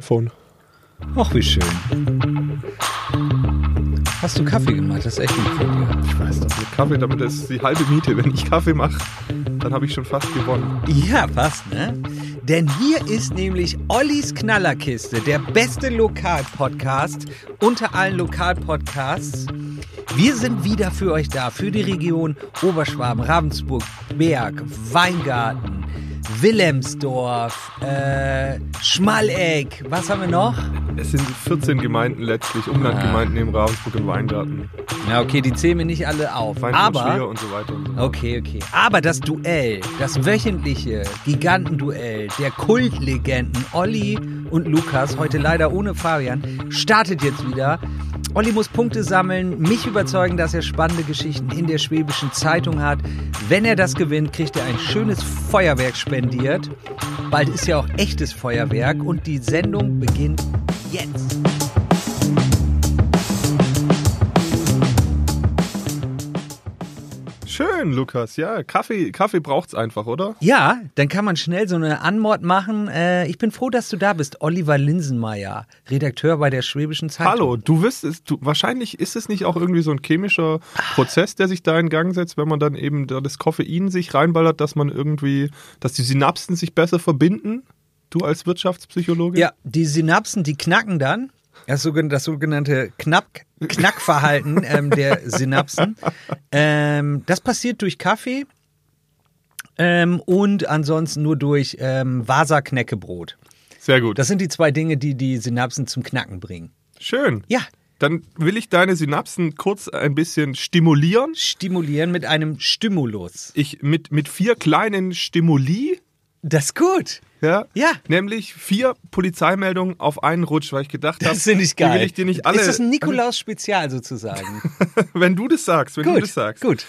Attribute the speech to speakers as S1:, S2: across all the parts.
S1: Phone.
S2: Ach, wie schön. Hast du Kaffee gemacht? Das ist echt gut von dir.
S1: Ich weiß doch, mit Kaffee, damit ist die halbe Miete. Wenn ich Kaffee mache, dann habe ich schon fast gewonnen.
S2: Ja, passt, ne? Denn hier ist nämlich Ollis Knallerkiste, der beste Lokalpodcast unter allen Lokalpodcasts. Wir sind wieder für euch da, für die Region Oberschwaben, Ravensburg, Berg, Weingarten, Wilhelmsdorf, äh, Schmalleck. Was haben wir noch?
S1: Es sind 14 Gemeinden letztlich, Umlandgemeinden im Ravensburg im Weingarten.
S2: Na, okay, die zählen wir nicht alle auf.
S1: Weingarten,
S2: Aber.
S1: Schlier und so weiter und so fort.
S2: Okay, okay. Aber das Duell, das wöchentliche Gigantenduell der Kultlegenden Olli und Lukas, heute leider ohne Fabian, startet jetzt wieder. Olli muss Punkte sammeln, mich überzeugen, dass er spannende Geschichten in der Schwäbischen Zeitung hat. Wenn er das gewinnt, kriegt er ein schönes Feuerwerk spendiert. Bald ist ja auch echtes Feuerwerk und die Sendung beginnt jetzt.
S1: Schön, Lukas. Ja, Kaffee, Kaffee braucht's einfach, oder?
S2: Ja, dann kann man schnell so eine Anmord machen. Äh, ich bin froh, dass du da bist. Oliver Linsenmeier, Redakteur bei der Schwäbischen Zeitung.
S1: Hallo, du wirst es, du, wahrscheinlich ist es nicht auch irgendwie so ein chemischer Prozess, der sich da in Gang setzt, wenn man dann eben da das Koffein sich reinballert, dass man irgendwie, dass die Synapsen sich besser verbinden? Du als Wirtschaftspsychologe?
S2: Ja, die Synapsen, die knacken dann. Das sogen- das sogenannte Knack, Knackverhalten ähm, der Synapsen. Ähm, das passiert durch Kaffee ähm, und ansonsten nur durch ähm, Vasa-Knäckebrot.
S1: Sehr gut.
S2: Das sind die zwei Dinge, die die Synapsen zum Knacken bringen.
S1: Schön.
S2: Ja,
S1: Dann will ich deine Synapsen kurz ein bisschen stimulieren.
S2: stimulieren mit einem Stimulus.
S1: Ich mit, mit vier kleinen Stimuli.
S2: Das ist gut.
S1: Ja,
S2: Ja.
S1: Nämlich vier Polizeimeldungen auf einen Rutsch, weil ich gedacht habe,
S2: Das finde ich geil.
S1: will ich dir nicht alle.
S2: Ist das ein Nikolaus-Spezial sozusagen?
S1: wenn du das sagst, wenn du
S2: gut,
S1: das sagst.
S2: gut.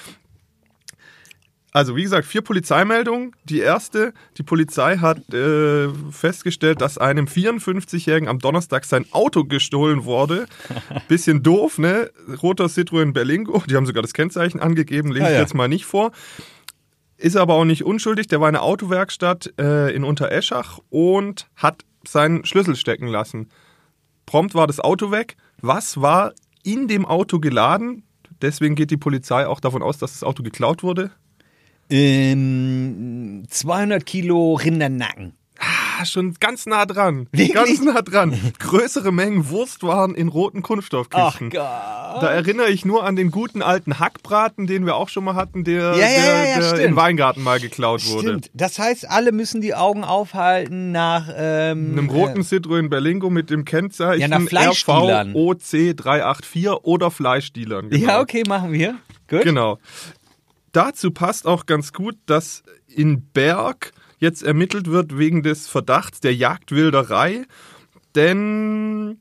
S1: Also wie gesagt, vier Polizeimeldungen. Die erste, die Polizei hat äh, festgestellt, dass einem 54-Jährigen am Donnerstag sein Auto gestohlen wurde. Bisschen doof, ne? Roter Citroën Berlingo, die haben sogar das Kennzeichen angegeben, lese
S2: Ah,
S1: ich
S2: ja.
S1: jetzt mal nicht vor. Ist aber auch nicht unschuldig, der war in der Autowerkstatt äh, in Untereschach und hat seinen Schlüssel stecken lassen. Prompt war das Auto weg. Was war in dem Auto geladen? Deswegen geht die Polizei auch davon aus, dass das Auto geklaut wurde.
S2: Ähm, 200 Kilo Rindernacken.
S1: Ah, schon ganz nah dran.
S2: Wirklich?
S1: Ganz nah dran. Größere Mengen Wurstwaren in roten Kunststoffkisten.
S2: Gott.
S1: da erinnere ich nur an den guten alten Hackbraten, den wir auch schon mal hatten, der,
S2: Ja, ja,
S1: der,
S2: ja, ja,
S1: der
S2: stimmt.
S1: im Weingarten mal geklaut wurde.
S2: Stimmt. Das heißt, alle müssen die Augen aufhalten nach ähm,
S1: Einem roten Citroën Berlingo mit dem Kennzeichen
S2: Ja, nach Fleischdealern.
S1: RVOC384 oder Fleischdealern.
S2: Äh,
S1: Genau.
S2: ja, okay, machen wir. Gut.
S1: Genau. Dazu passt auch ganz gut, dass in Berg jetzt ermittelt wird wegen des Verdachts der Jagdwilderei, denn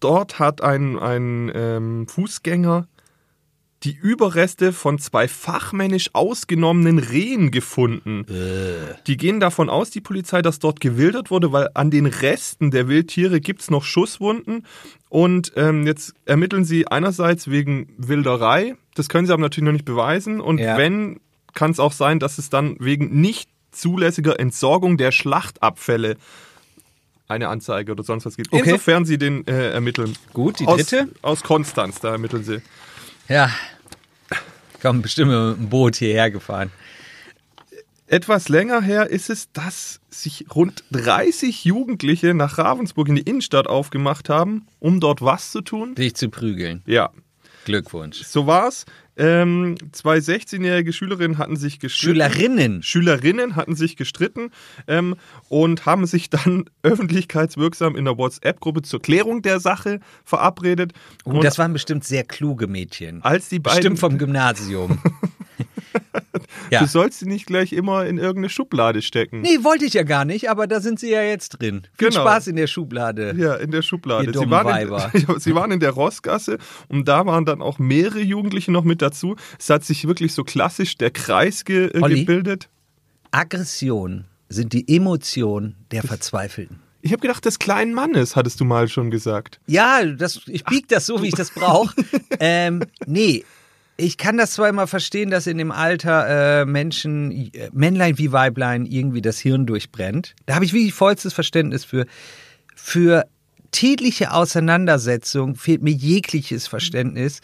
S1: dort hat ein, ein ähm, Fußgänger die Überreste von zwei fachmännisch ausgenommenen Rehen gefunden. Die gehen davon aus, die Polizei, dass dort gewildert wurde, weil an den Resten der Wildtiere gibt es noch Schusswunden. Und ähm, jetzt ermitteln sie einerseits wegen Wilderei, das können sie aber natürlich noch nicht beweisen. Und
S2: Ja.
S1: wenn, kann es auch sein, dass es dann wegen nicht zulässiger Entsorgung der Schlachtabfälle eine Anzeige oder sonst was gibt.
S2: Okay.
S1: Insofern sie den äh, ermitteln.
S2: Gut, die
S1: aus,
S2: dritte?
S1: Aus Konstanz, da ermitteln sie.
S2: Ja. Komm, bestimmt mit dem Boot hierher gefahren.
S1: Etwas länger her ist es, dass sich rund 30 Jugendliche nach Ravensburg in die Innenstadt aufgemacht haben, um dort was zu tun.
S2: Dich zu prügeln.
S1: Ja,
S2: Glückwunsch.
S1: so war's. Ähm, zwei 16-jährige Schülerinnen hatten sich gestritten.
S2: Schülerinnen.
S1: Schülerinnen hatten sich gestritten ähm, und haben sich dann öffentlichkeitswirksam in der WhatsApp-Gruppe zur Klärung der Sache verabredet.
S2: Und Uh, das waren bestimmt sehr kluge Mädchen.
S1: als die beiden
S2: Bestimmt vom Gymnasium. ja.
S1: Du sollst sie nicht gleich immer in irgendeine Schublade stecken.
S2: Nee, wollte ich ja gar nicht, aber da sind sie ja jetzt drin. Viel
S1: Genau.
S2: Spaß in der Schublade.
S1: Ja, in der Schublade.
S2: Ihr
S1: sie,
S2: dummen
S1: waren in,
S2: Weiber.
S1: sie waren in der Rossgasse und da waren dann auch mehrere Jugendliche noch mit dazu. Es hat sich wirklich so klassisch der Kreis ge äh,
S2: Olli?
S1: gebildet.
S2: Aggression sind die Emotion der Verzweifelten.
S1: Ich habe gedacht, des kleinen Mannes, hattest du mal schon gesagt.
S2: Ja, das, ich bieg das so, wie ich das brauche. ähm, nee, ich kann das zwar immer verstehen, dass in dem Alter äh, Menschen, äh, Männlein wie Weiblein, irgendwie das Hirn durchbrennt. Da habe ich wirklich vollstes Verständnis für. für tägliche Auseinandersetzung fehlt mir jegliches Verständnis.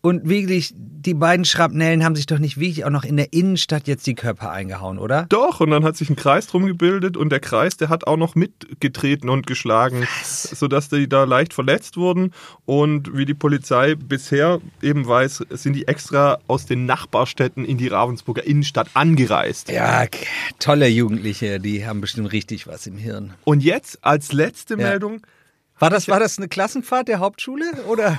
S2: Und wirklich, die beiden Schrapnellen haben sich doch nicht wirklich auch noch in der Innenstadt jetzt die Körper eingehauen, oder?
S1: Doch, und dann hat sich ein Kreis drum gebildet und der Kreis, der hat auch noch mitgetreten und geschlagen, sodass die da leicht verletzt wurden. Und wie die Polizei bisher eben weiß, sind die extra aus den Nachbarstädten in die Ravensburger Innenstadt angereist.
S2: Ja, k- tolle Jugendliche, die haben bestimmt richtig was im Hirn.
S1: Und jetzt als letzte Meldung,
S2: War das, war das eine Klassenfahrt der Hauptschule? Oder?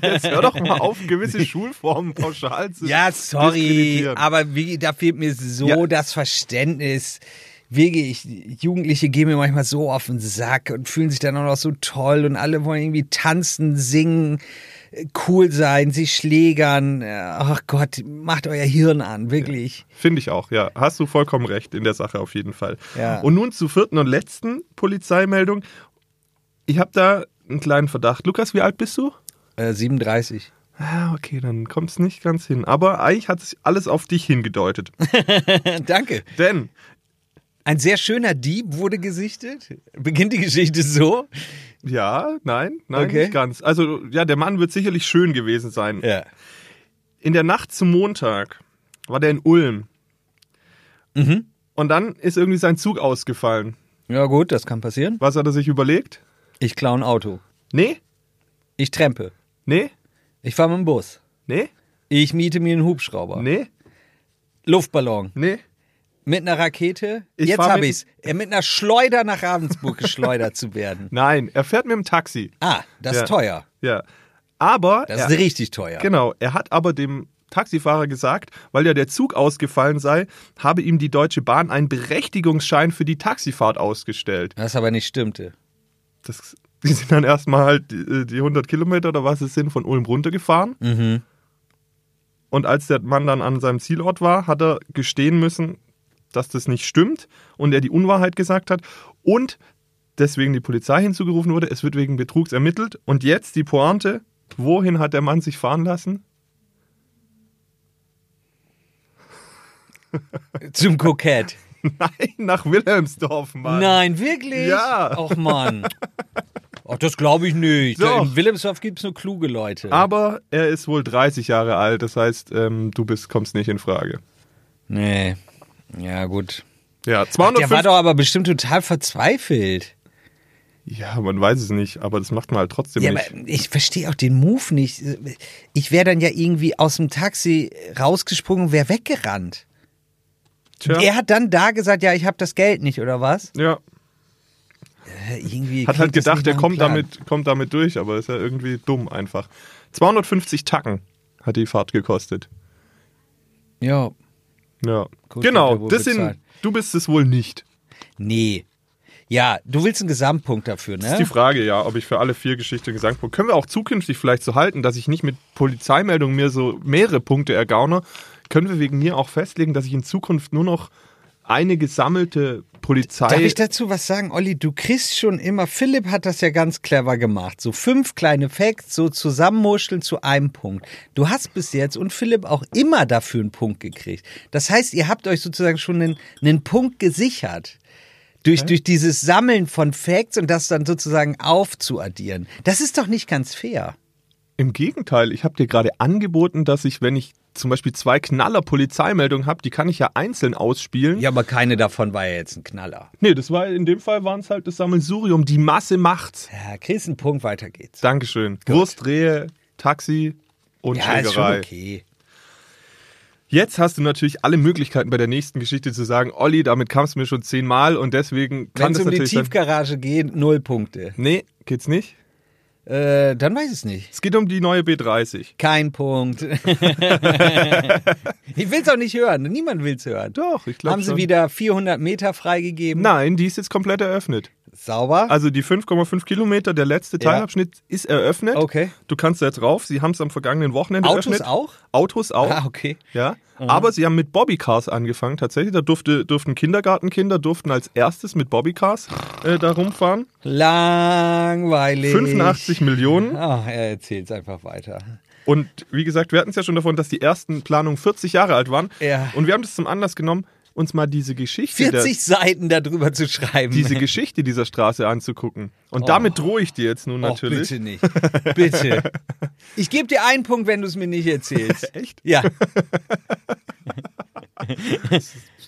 S1: jetzt hör doch mal auf, gewisse Schulformen pauschal zu
S2: ja, sorry,
S1: diskreditieren.
S2: aber wie, da fehlt mir so
S1: Ja.
S2: das Verständnis. Wirklich, Jugendliche gehen mir manchmal so auf den Sack und fühlen sich dann auch noch so toll und alle wollen irgendwie tanzen, singen, äh, cool sein, sich schlägern. Äh, Ach Gott, macht euer Hirn an, wirklich.
S1: Finde ich auch, ja. Hast du vollkommen recht in der Sache auf jeden Fall.
S2: Ja.
S1: Und nun zur vierten und letzten Polizeimeldung. Ich habe da einen kleinen Verdacht. Lukas, wie alt bist du?
S2: Äh, 37.
S1: Ah, okay, dann kommt es nicht ganz hin. Aber eigentlich hat es alles auf dich hingedeutet.
S2: Danke.
S1: Denn
S2: Ein sehr schöner Dieb wurde gesichtet. Beginnt die Geschichte so?
S1: ja, nein, nein,
S2: Okay.
S1: nicht ganz. Also ja, der Mann wird sicherlich schön gewesen sein.
S2: Ja.
S1: In der Nacht zum Montag war der in Ulm.
S2: Mhm.
S1: Und dann ist irgendwie sein Zug ausgefallen.
S2: Ja gut, das kann passieren.
S1: Was hat er sich überlegt?
S2: Ich klaue ein Auto.
S1: Nee,
S2: Ich trempe.
S1: nee,
S2: Ich fahre mit dem Bus.
S1: nee,
S2: Ich miete mir einen Hubschrauber.
S1: nee,
S2: Luftballon.
S1: nee.
S2: Mit einer Rakete.
S1: Ich
S2: Jetzt
S1: fahr
S2: habe
S1: mit-
S2: ich's. Äh, Mit einer Schleuder nach Ravensburg geschleudert zu werden.
S1: Nein, er fährt mit dem Taxi.
S2: Ah, das
S1: Ja.
S2: ist teuer.
S1: Ja. Aber.
S2: Das
S1: er,
S2: ist richtig teuer.
S1: Genau, er hat aber dem Taxifahrer gesagt, weil ja der Zug ausgefallen sei, habe ihm die Deutsche Bahn einen Berechtigungsschein für die Taxifahrt ausgestellt.
S2: Das aber nicht stimmte.
S1: Das, die sind dann erstmal halt die, die 100 Kilometer oder was es sind von Ulm runtergefahren.
S2: Mhm.
S1: Und als der Mann dann an seinem Zielort war, hat er gestehen müssen, dass das nicht stimmt und er die Unwahrheit gesagt hat. Und deswegen die Polizei hinzugerufen wurde. Es wird wegen Betrugs ermittelt. Und jetzt die Pointe. Wohin hat der Mann sich fahren lassen?
S2: Zum Kokett.
S1: Nein, nach Wilhelmsdorf, Mann.
S2: Nein, wirklich?
S1: Ja.
S2: Och Mann. Ach, das glaube ich nicht.
S1: Doch. Ah.
S2: In Wilhelmshof gibt's nur kluge Leute.
S1: Aber er ist wohl 30 Jahre alt, das heißt, ähm, du bist, kommst nicht in Frage.
S2: Nee. Ja, gut.
S1: Ja,
S2: Der war
S1: 250.
S2: doch aber bestimmt total verzweifelt.
S1: Ja, man weiß es nicht, aber das macht man halt trotzdem
S2: Ja, aber
S1: nicht.
S2: ich verstehe auch den Move nicht. Ich wäre dann ja irgendwie aus dem Taxi rausgesprungen, wäre weggerannt.
S1: Tja,
S2: Er hat dann da gesagt, ja, ich habe das Geld nicht oder was?
S1: ja.
S2: Äh, Irgendwie
S1: hat halt
S2: klingt das
S1: gedacht,
S2: nicht nach
S1: er
S2: einem
S1: kommt
S2: Plan.
S1: damit, kommt damit durch, aber ist ja irgendwie dumm einfach. 250 Tacken hat die Fahrt gekostet.
S2: Ja,
S1: Ja,
S2: Gut, hat er
S1: genau.
S2: wohl
S1: Das sind,
S2: bezahlt.
S1: du bist es wohl nicht.
S2: nee. Ja, du willst einen Gesamtpunkt dafür,
S1: Das ist die
S2: ne?
S1: Frage, ja, ob ich für alle vier Geschichten gesagt habe. Können wir auch zukünftig vielleicht so halten, dass ich nicht mit Polizeimeldungen mir so mehrere Punkte ergaune? Können wir wegen mir auch festlegen, dass ich in Zukunft nur noch eine gesammelte Polizei.
S2: Darf ich dazu was sagen, Olli? Du kriegst schon immer, Philipp hat das ja ganz clever gemacht. So fünf kleine Facts, so zusammenmuscheln zu einem Punkt. Du hast bis jetzt und Philipp auch immer dafür einen Punkt gekriegt. Das heißt, ihr habt euch sozusagen schon einen, einen Punkt gesichert. Durch, durch dieses Sammeln von Facts und das dann sozusagen aufzuaddieren. Das ist doch nicht ganz fair.
S1: Im Gegenteil, ich habe dir gerade angeboten, dass ich, wenn ich zum Beispiel zwei Knaller Polizeimeldungen habe, die kann ich ja einzeln ausspielen.
S2: Ja, aber keine davon war ja jetzt ein Knaller.
S1: Nee, das war in dem Fall waren es halt das Sammelsurium. Die Masse macht's.
S2: Ja, kriegst einen Punkt, weiter geht's.
S1: Dankeschön. Wurst, Rehe, Taxi und
S2: Ja, ist schon
S1: Schlägerei.
S2: okay.
S1: Jetzt hast du natürlich alle Möglichkeiten bei der nächsten Geschichte zu sagen, Olli, damit kam es mir schon zehnmal und deswegen kann
S2: Wenn es
S1: das
S2: um die
S1: natürlich sein.
S2: Tiefgarage geht, null Punkte.
S1: Nee, geht's nicht.
S2: Äh, dann weiß ich es nicht.
S1: Es geht um die neue B30.
S2: Kein Punkt. ich will es auch nicht hören. Niemand will es hören.
S1: Doch, ich glaub
S2: Haben sie
S1: schon.
S2: wieder 400 Meter freigegeben?
S1: Nein, die ist jetzt komplett eröffnet.
S2: Sauber?
S1: Also die 5,5 Kilometer, der letzte
S2: Ja.
S1: Teilabschnitt ist eröffnet.
S2: Okay.
S1: Du kannst da drauf. Sie haben es am vergangenen Wochenende
S2: Autos
S1: eröffnet.
S2: auch?
S1: Autos auch.
S2: Ah, okay.
S1: Ja. Aber sie haben mit Bobbycars angefangen tatsächlich. Da durfte, durften Kindergartenkinder durften als erstes mit Bobbycars äh, da rumfahren.
S2: Langweilig.
S1: 85 Millionen.
S2: Ach, er erzählt es einfach weiter.
S1: Und wie gesagt, wir hatten es ja schon davon, dass die ersten Planungen 40 Jahre alt waren.
S2: Ja.
S1: Und wir haben das zum Anlass genommen, uns mal diese Geschichte, der,
S2: 40 Seiten darüber zu schreiben.
S1: diese Geschichte dieser Straße anzugucken. Und
S2: Oh.
S1: damit drohe ich dir jetzt nun
S2: Och,
S1: natürlich.
S2: Oh, bitte nicht. Bitte. Ich gebe dir einen Punkt, wenn du es mir nicht erzählst.
S1: Echt?
S2: Ja,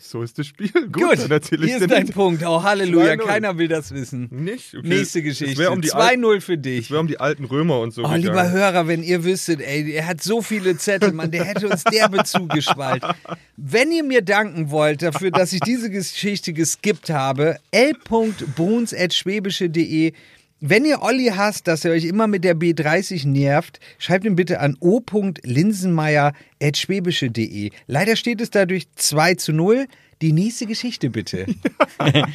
S1: So ist das Spiel. Gut,
S2: gut.
S1: dann erzähl ich's
S2: Hier ist
S1: dir
S2: dein
S1: nicht.
S2: Punkt. Oh, Halleluja.
S1: 2-0.
S2: Keiner will das wissen.
S1: Nicht? Okay.
S2: Nächste
S1: Es
S2: Geschichte.
S1: wäre um, die Al-
S2: 2-0 für
S1: es
S2: dich.
S1: wär um die alten Römer und so.
S2: Oh,
S1: gegangen.
S2: lieber Hörer, wenn ihr wüsstet, ey, er hat so viele Zettel, Mann, der hätte uns derbe zugeschwallt. Wenn ihr mir danken wollt dafür, dass ich diese Geschichte geskippt habe, l.bruns.schwäbische.de. Wenn ihr Olli hasst, dass er euch immer mit der B30 nervt, schreibt ihn bitte an o.linsenmeier.schwäbische.de. Leider steht es dadurch 2 zu 0. Die nächste Geschichte bitte.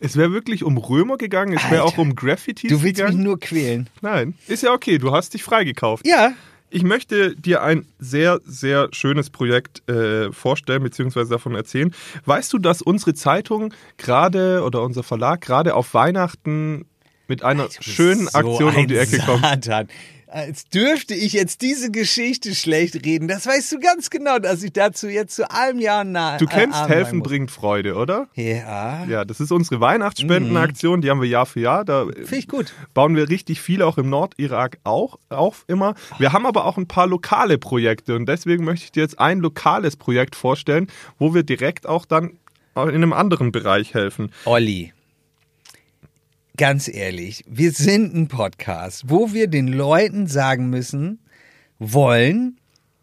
S1: Es wäre wirklich um Römer gegangen, es wäre
S2: Alter.
S1: auch um Graffitis
S2: Du willst mich
S1: gegangen.
S2: nur quälen.
S1: Nein, ist ja okay, du hast dich freigekauft.
S2: Ja,
S1: Ich möchte dir ein sehr, sehr schönes Projekt äh, vorstellen, beziehungsweise davon erzählen. Weißt du, dass unsere Zeitung gerade oder unser Verlag gerade auf Weihnachten mit einer schönen Aktion um die Ecke kommt?
S2: Satan. Als dürfte ich jetzt diese Geschichte schlecht reden. Das weißt du ganz genau, dass ich dazu jetzt zu allem Jahr nahe.
S1: Du kennst
S2: ah,
S1: Helfen bringt Freude, oder?
S2: Ja.
S1: Ja, das ist unsere Weihnachtsspendenaktion, die haben wir Jahr für Jahr. Da
S2: Finde ich gut.
S1: bauen wir richtig viel auch im Nordirak auch, auch immer. Wir haben aber auch ein paar lokale Projekte und deswegen möchte ich dir jetzt ein lokales Projekt vorstellen, wo wir direkt auch dann in einem anderen Bereich helfen.
S2: Olli, ganz ehrlich, wir sind ein Podcast, wo wir den Leuten sagen müssen, wollen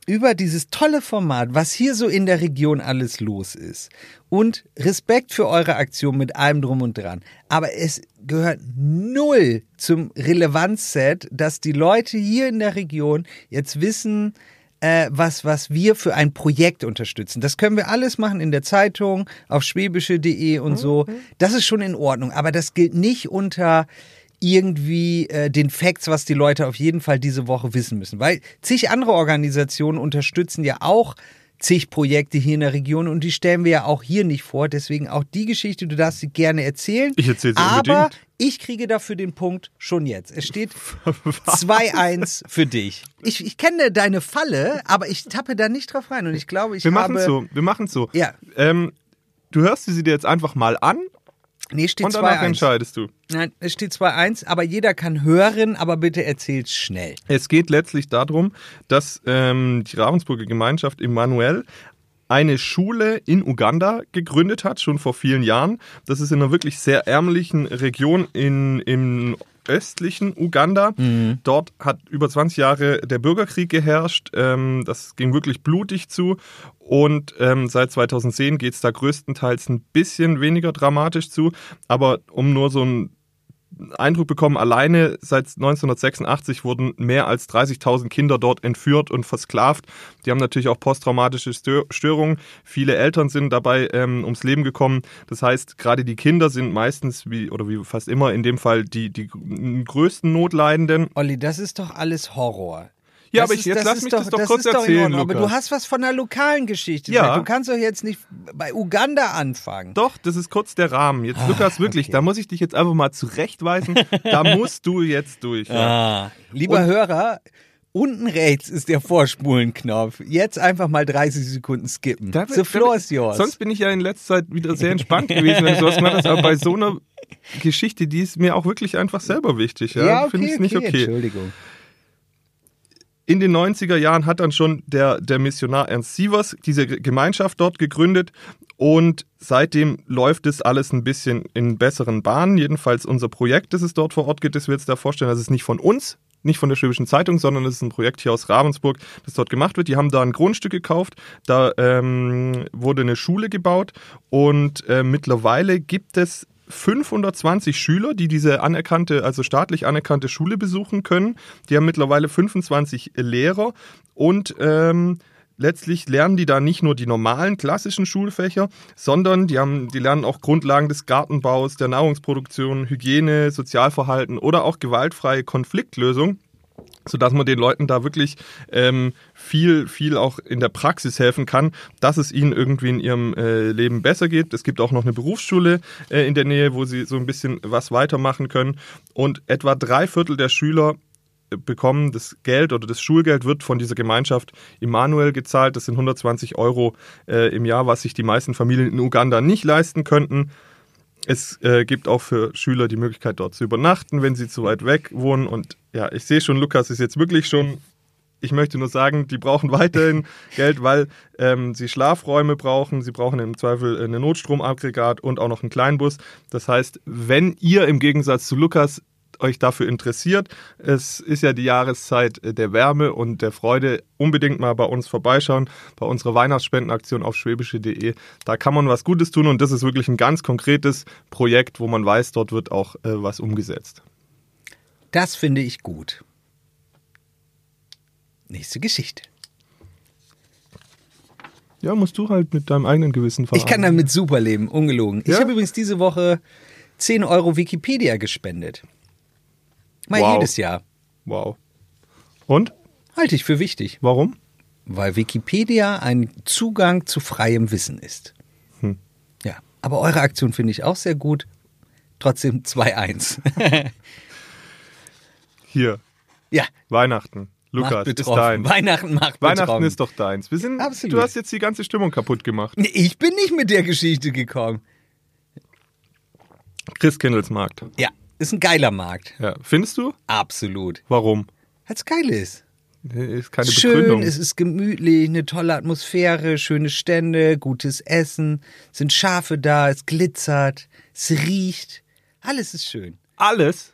S2: über dieses tolle Format, was hier so in der Region alles los ist. Und Respekt für eure Aktion mit allem drum und dran. Aber es gehört null zum Relevanzset, dass die Leute hier in der Region jetzt wissen, äh, was, was wir für ein Projekt unterstützen. Das können wir alles machen in der Zeitung, auf schwäbische.de und so.
S1: Mhm.
S2: Das ist schon in Ordnung, aber das gilt nicht unter irgendwie äh, den Facts, was die Leute auf jeden Fall diese Woche wissen müssen. Weil zig andere Organisationen unterstützen ja auch zig Projekte hier in der Region und die stellen wir ja auch hier nicht vor. Deswegen auch die Geschichte, du darfst sie gerne erzählen.
S1: Ich erzähl sie
S2: aber Aber
S1: unbedingt.
S2: ich kriege dafür den Punkt schon jetzt. Es steht 2-1 für dich. Ich, ich kenne deine Falle, aber ich tappe da nicht drauf rein und ich glaube, ich
S1: Wir
S2: habe...
S1: machen so, wir machen so.
S2: Ja.
S1: Ähm, du hörst sie dir jetzt einfach mal an
S2: Nee, steht
S1: und danach
S2: 2-1.
S1: entscheidest du.
S2: Nein, es steht 2-1, aber jeder kann hören, aber bitte erzähl's schnell.
S1: Es geht letztlich darum, dass ähm, die Ravensburger Gemeinschaft Emmanuel eine Schule in Uganda gegründet hat, schon vor vielen Jahren. Das ist in einer wirklich sehr ärmlichen Region in, im östlichen Uganda. Dort hat über 20 Jahre der Bürgerkrieg geherrscht. Ähm, das ging wirklich blutig zu. Und ähm, seit 2010 geht es da größtenteils ein bisschen weniger dramatisch zu. Aber um nur so ein Eindruck bekommen, alleine seit 1986 wurden mehr als 30.000 Kinder dort entführt und versklavt. Die haben natürlich auch posttraumatische Stör Störungen. Viele Eltern sind dabei ähm, ums Leben gekommen. Das heißt, gerade die Kinder sind meistens, wie, oder wie fast immer in dem Fall, die, die größten Notleidenden.
S2: Olli, das ist doch alles Horror.
S1: Ja,
S2: das
S1: aber ich- jetzt lass
S2: ist
S1: mich das doch kurz
S2: ist in
S1: erzählen,
S2: Ordnung, Aber
S1: Lukas.
S2: du hast was von einer lokalen Geschichte.
S1: Ja.
S2: gesagt. Du kannst doch jetzt nicht bei Uganda anfangen.
S1: Doch, das ist kurz der Rahmen. Jetzt, Lukas, wirklich, da muss ich dich jetzt einfach mal zurechtweisen. da musst du jetzt durch. Ja.
S2: Ah. Lieber Hörer, unten rechts ist der Vorspulenknopf. Jetzt einfach mal 30 Sekunden skippen.
S1: Da-
S2: The floor is yours.
S1: Sonst bin ich ja in letzter Zeit wieder sehr entspannt gewesen, wenn du sowas gemacht hast. Aber bei so einer Geschichte, die ist mir auch wirklich einfach selber wichtig. Ja, finde ich es nicht okay.
S2: Entschuldigung.
S1: In den 90er Jahren hat dann schon der, der Missionar Ernst Sievers diese G- Gemeinschaft dort gegründet. Und seitdem läuft es alles ein bisschen in besseren Bahnen. Jedenfalls unser Projekt, das es dort vor Ort gibt, das wir jetzt da vorstellen, das ist nicht von uns, nicht von der Schwäbischen Zeitung, sondern es ist ein Projekt hier aus Ravensburg, das dort gemacht wird. Die haben da ein Grundstück gekauft, da ähm, wurde eine Schule gebaut und äh, mittlerweile gibt es 520 Schüler, die diese anerkannte, also staatlich anerkannte Schule besuchen können. Die haben mittlerweile 25 Lehrer und ähm, letztlich lernen die da nicht nur die normalen klassischen Schulfächer, sondern die, haben, die lernen auch Grundlagen des Gartenbaus, der Nahrungsproduktion, Hygiene, Sozialverhalten oder auch gewaltfreie Konfliktlösung sodass man den Leuten da wirklich ähm, viel, viel auch in der Praxis helfen kann, dass es ihnen irgendwie in ihrem äh, Leben besser geht. Es gibt auch noch eine Berufsschule äh, in der Nähe, wo sie so ein bisschen was weitermachen können. Und etwa drei Viertel der Schüler äh, bekommen. Das Geld oder das Schulgeld wird von dieser Gemeinschaft Immanuel gezahlt. Das sind 120 Euro äh, im Jahr, was sich die meisten Familien in Uganda nicht leisten könnten. Es äh, gibt auch für Schüler die Möglichkeit, dort zu übernachten, wenn sie zu weit weg wohnen. Und ja, ich sehe schon, Lukas ist jetzt wirklich schon. Ich möchte nur sagen, die brauchen weiterhin Geld, weil ähm, sie Schlafräume brauchen, sie brauchen im Zweifel ein Notstromaggregat und auch noch einen Kleinbus. Das heißt, wenn ihr im Gegensatz zu Lukas euch dafür interessiert. Es ist ja die Jahreszeit äh, der Wärme und der Freude. Unbedingt mal bei uns vorbeischauen, bei unserer Weihnachtsspendenaktion auf schwäbische.de. Da kann man was Gutes tun und das ist wirklich ein ganz konkretes Projekt, wo man weiß, dort wird auch äh, was umgesetzt.
S2: Das finde ich gut. Nächste Geschichte.
S1: Ja, musst du halt mit deinem eigenen Gewissen fahren.
S2: Ich kann damit super leben, ungelogen. Ich
S1: Ah, Ja?
S2: habe übrigens diese Woche 10 Euro Wikipedia gespendet. Mal
S1: Wow.
S2: jedes Jahr.
S1: Wow. Und?
S2: Halte ich für wichtig,
S1: Warum?
S2: weil Wikipedia ein Zugang zu freiem Wissen ist.
S1: Hm.
S2: Ja, aber eure Aktion finde ich auch sehr gut. Trotzdem 2-1.
S1: Hier,
S2: ja,
S1: Weihnachten.
S2: macht
S1: Lukas, ist
S2: betroffen.
S1: deins.
S2: Weihnachten macht
S1: Weihnachten
S2: betroffen.
S1: ist doch deins. Wir sind,
S2: Absolut.
S1: Du hast jetzt die ganze Stimmung kaputt gemacht.
S2: Nee, ich bin nicht mit der Geschichte gekommen.
S1: Christkindlesmarkt.
S2: Ja, ist ein geiler Markt.
S1: Ja. Findest du?
S2: Absolut.
S1: Warum?
S2: Weil's geil ist.
S1: Ist keine
S2: Schön,
S1: Begründung.
S2: es ist gemütlich, eine tolle Atmosphäre, schöne Stände, gutes Essen, sind Schafe da, es glitzert, es riecht. Alles ist schön.
S1: Alles.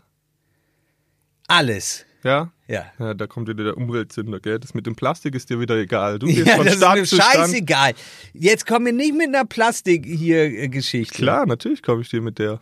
S2: Alles.
S1: Ja?
S2: Ja.
S1: Ja, da kommt wieder der Umweltzünder, gell? Das mit dem Plastik ist dir wieder egal. Du gehst
S2: Ja,
S1: von
S2: das ist
S1: Stadt
S2: mir
S1: zu Stadt.
S2: scheißegal. Jetzt komm mir nicht mit einer Plastik hier äh, Geschichte.
S1: Klar, natürlich komme ich dir mit der.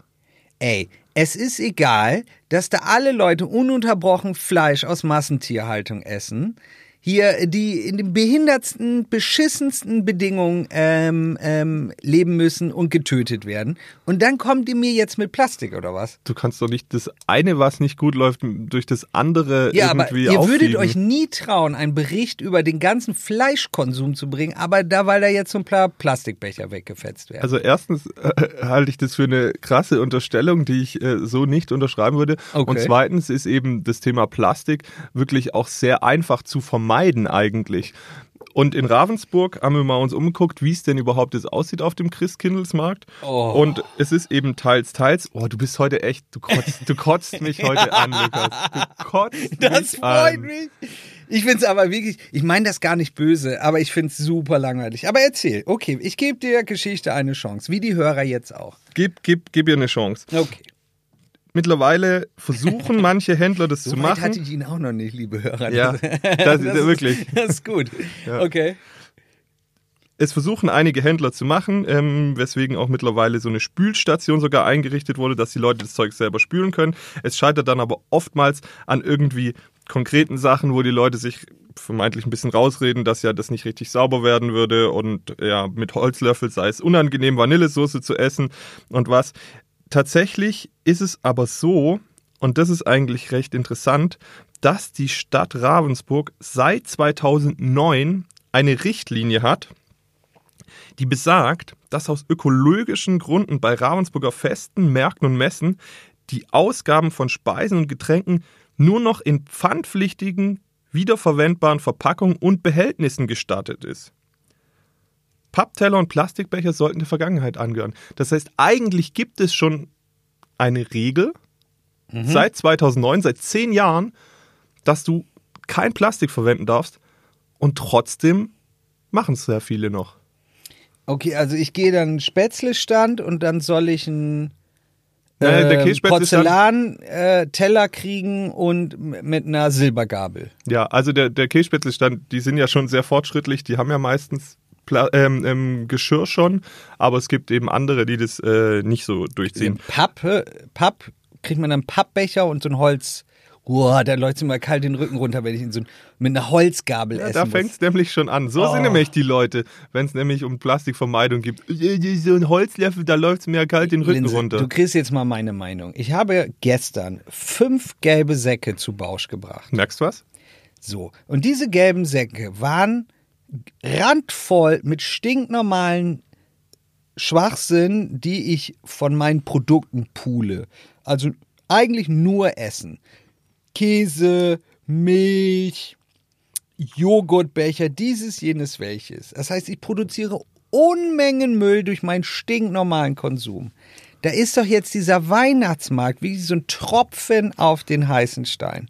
S2: Ey, es ist egal, dass da alle Leute ununterbrochen Fleisch aus Massentierhaltung essen. Hier, äh, die in den behindertsten, beschissensten Bedingungen ähm, ähm, leben müssen und getötet werden. Und dann kommt ihr mir jetzt mit Plastik oder was?
S1: Du kannst doch nicht das eine, was nicht gut läuft, durch das andere
S2: Ja, aber
S1: irgendwie
S2: ihr würdet
S1: aufwiegen.
S2: euch nie trauen, einen Bericht über den ganzen Fleischkonsum zu bringen, aber da, weil da jetzt so ein paar Plastikbecher weggefetzt werden.
S1: also erstens äh, halte ich das für eine krasse Unterstellung, die ich äh, so nicht unterschreiben würde.
S2: Okay.
S1: Und zweitens ist eben das Thema Plastik wirklich auch sehr einfach zu vermeiden eigentlich. Und in Ravensburg haben wir mal uns umgeguckt, wie es denn überhaupt jetzt aussieht auf dem Christkindlesmarkt.
S2: Oh.
S1: Und es ist eben teils, teils. Oh, du bist heute echt, du kotzt, du kotzt mich heute an, Lukas. Du kotzt
S2: Das
S1: mich
S2: freut
S1: an.
S2: mich. Ich find's aber wirklich, ich meine das gar nicht böse, aber ich find's super langweilig. Aber erzähl, okay, ich gebe dir Geschichte eine Chance, wie die Hörer jetzt auch.
S1: Gib, gib, gib ihr eine Chance.
S2: Okay.
S1: Mittlerweile versuchen manche Händler das
S2: So
S1: zu
S2: weit
S1: machen.
S2: hatte ich ihn auch noch nicht, liebe Hörer.
S1: Ja, das, wirklich.
S2: Ist, das ist gut.
S1: Ja.
S2: Okay.
S1: Es versuchen einige Händler zu machen, ähm, weswegen auch mittlerweile so eine Spülstation sogar eingerichtet wurde, dass die Leute das Zeug selber spülen können. Es scheitert dann aber oftmals an irgendwie konkreten Sachen, wo die Leute sich vermeintlich ein bisschen rausreden, dass ja das nicht richtig sauber werden würde und ja, mit Holzlöffel sei es unangenehm, Vanillesoße zu essen und was. Tatsächlich ist es aber so, und das ist eigentlich recht interessant, dass die Stadt Ravensburg seit 2009 eine Richtlinie hat, die besagt, dass aus ökologischen Gründen bei Ravensburger Festen, Märkten und Messen die Ausgaben von Speisen und Getränken nur noch in pfandpflichtigen, wiederverwendbaren Verpackungen und Behältnissen gestattet ist. Pappteller und Plastikbecher sollten der Vergangenheit angehören. Das heißt, eigentlich gibt es schon eine Regel seit 2009, seit zehn Jahren, dass du kein Plastik verwenden darfst und trotzdem machen es sehr viele noch.
S2: Okay, also ich gehe dann einen Spätzlestand und dann soll ich einen
S1: Nein, der
S2: äh,
S1: Kässpätzle ist dann-
S2: Porzellan-Teller kriegen und m- mit einer Silbergabel.
S1: Ja, also der, der Kehlspätzlestand, die sind ja schon sehr fortschrittlich, die haben ja meistens Pla ähm, ähm, Geschirr schon, aber es gibt eben andere, die das äh, nicht so
S2: Den
S1: durchziehen.
S2: Papp, Papp, kriegt man dann einen Pappbecher und so ein Holz. Boah, da läuft mir mal kalt den Rücken runter, wenn ich ihn so mit einer Holzgabel
S1: Ja,
S2: essen
S1: da
S2: muss.
S1: fängt's nämlich schon an. So
S2: Oh.
S1: sind nämlich die Leute, wenn es nämlich um Plastikvermeidung gibt. Äh, So ein Holzlöffel, da läuft's mir kalt den Rücken
S2: Linse,
S1: runter.
S2: Du kriegst jetzt mal meine Meinung. Ich habe gestern fünf gelbe Säcke zu Bausch gebracht.
S1: Merkst du was?
S2: So. Und diese gelben Säcke waren randvoll mit stinknormalen Schwachsinn, die ich von meinen Produkten pule. Also eigentlich nur Essen. Käse, Milch, Joghurtbecher, dieses, jenes, welches. Das heißt, ich produziere Unmengen Müll durch meinen stinknormalen Konsum. Da ist doch jetzt dieser Weihnachtsmarkt wie so ein Tropfen auf den heißen Stein.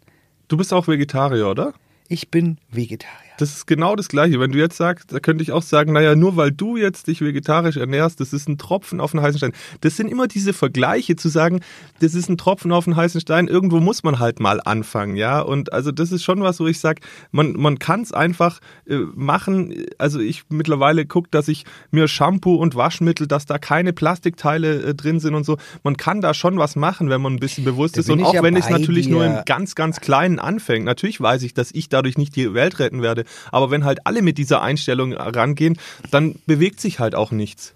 S1: Du bist auch Vegetarier, oder?
S2: Ich bin Vegetarier.
S1: Das ist genau das Gleiche. Wenn du jetzt sagst, da könnte ich auch sagen, naja, nur weil du jetzt dich vegetarisch ernährst, das ist ein Tropfen auf den heißen Stein. Das sind immer diese Vergleiche zu sagen, das ist ein Tropfen auf den heißen Stein. Irgendwo muss man halt mal anfangen, ja. Und also das ist schon was, wo ich sage, man, man kann es einfach äh, machen. Also ich mittlerweile gucke, dass ich mir Shampoo und Waschmittel, dass da keine Plastikteile äh, drin sind und so. Man kann da schon was machen, wenn man ein bisschen bewusst
S2: Da
S1: ist.
S2: bin
S1: Und
S2: ich
S1: auch
S2: ja
S1: wenn es
S2: bei
S1: natürlich
S2: dir.
S1: nur im ganz, ganz Kleinen anfängt. Natürlich weiß ich, dass ich dadurch nicht die Welt retten werde. Aber wenn halt alle mit dieser Einstellung rangehen, dann bewegt sich halt auch nichts.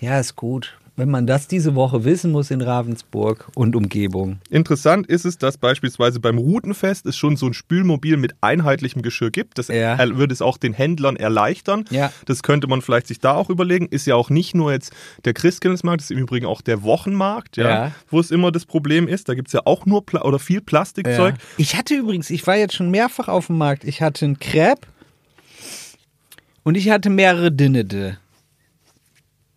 S2: Ja, ist gut. Wenn man das diese Woche wissen muss in Ravensburg und Umgebung.
S1: Interessant ist es, dass beispielsweise beim Routenfest es schon so ein Spülmobil mit einheitlichem Geschirr gibt. Das
S2: Ja.
S1: er- würde es auch den Händlern erleichtern.
S2: Ja.
S1: Das könnte man vielleicht sich da auch überlegen. Ist ja auch nicht nur jetzt der Christkindlesmarkt, das ist im Übrigen auch der Wochenmarkt, ja,
S2: Ja.
S1: wo es immer das Problem ist. Da gibt es ja auch nur Pla oder viel Plastikzeug.
S2: Ich hatte übrigens, ich war jetzt schon mehrfach auf dem Markt. Ich hatte ein Crepe und ich hatte mehrere Dinnede.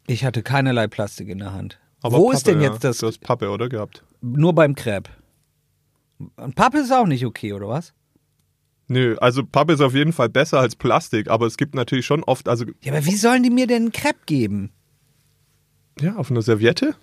S2: Ich hatte keinerlei Plastik in der Hand.
S1: Aber
S2: Wo
S1: Pappe,
S2: ist denn
S1: ja.
S2: jetzt das?
S1: Du hast Pappe, oder? Gehabt.
S2: Nur beim Crepe. Und Pappe ist auch nicht okay, oder was?
S1: Nö, also Pappe ist auf jeden Fall besser als Plastik, aber es gibt natürlich schon oft, also
S2: Ja, aber wie sollen die mir denn ein Crepe geben?
S1: ja, auf einer Serviette.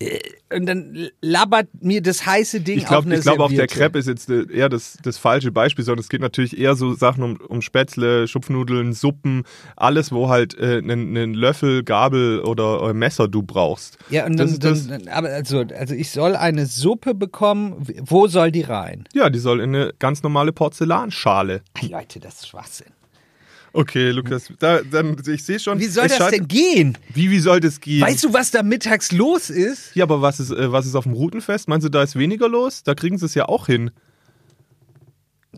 S2: Äh, Und dann labert mir das heiße Ding
S1: Ich
S2: auf
S1: glaube,
S2: eine
S1: ich glaube auch der
S2: Serviette.
S1: Crepe ist jetzt äh, eher das, das falsche Beispiel, sondern es geht natürlich eher so Sachen um, um Spätzle, Schupfnudeln, Suppen, alles, wo halt einen einen Löffel, Gabel oder äh, Messer du brauchst.
S2: Ja, und
S1: Das
S2: dann,
S1: ist das-
S2: dann, dann aber also, also ich soll eine Suppe bekommen. Wo soll die rein?
S1: Ja, die soll in eine ganz normale Porzellanschale.
S2: Ey, Leute, das ist Schwachsinn.
S1: Okay, Lukas, da, dann, ich sehe schon.
S2: Wie soll
S1: es
S2: das
S1: scheint-
S2: denn gehen?
S1: Wie, wie soll das gehen?
S2: Weißt du, was da mittags los ist?
S1: ja, aber was ist, äh, was ist auf dem Routenfest? Meinst du, da ist weniger los? Da kriegen sie es ja auch hin.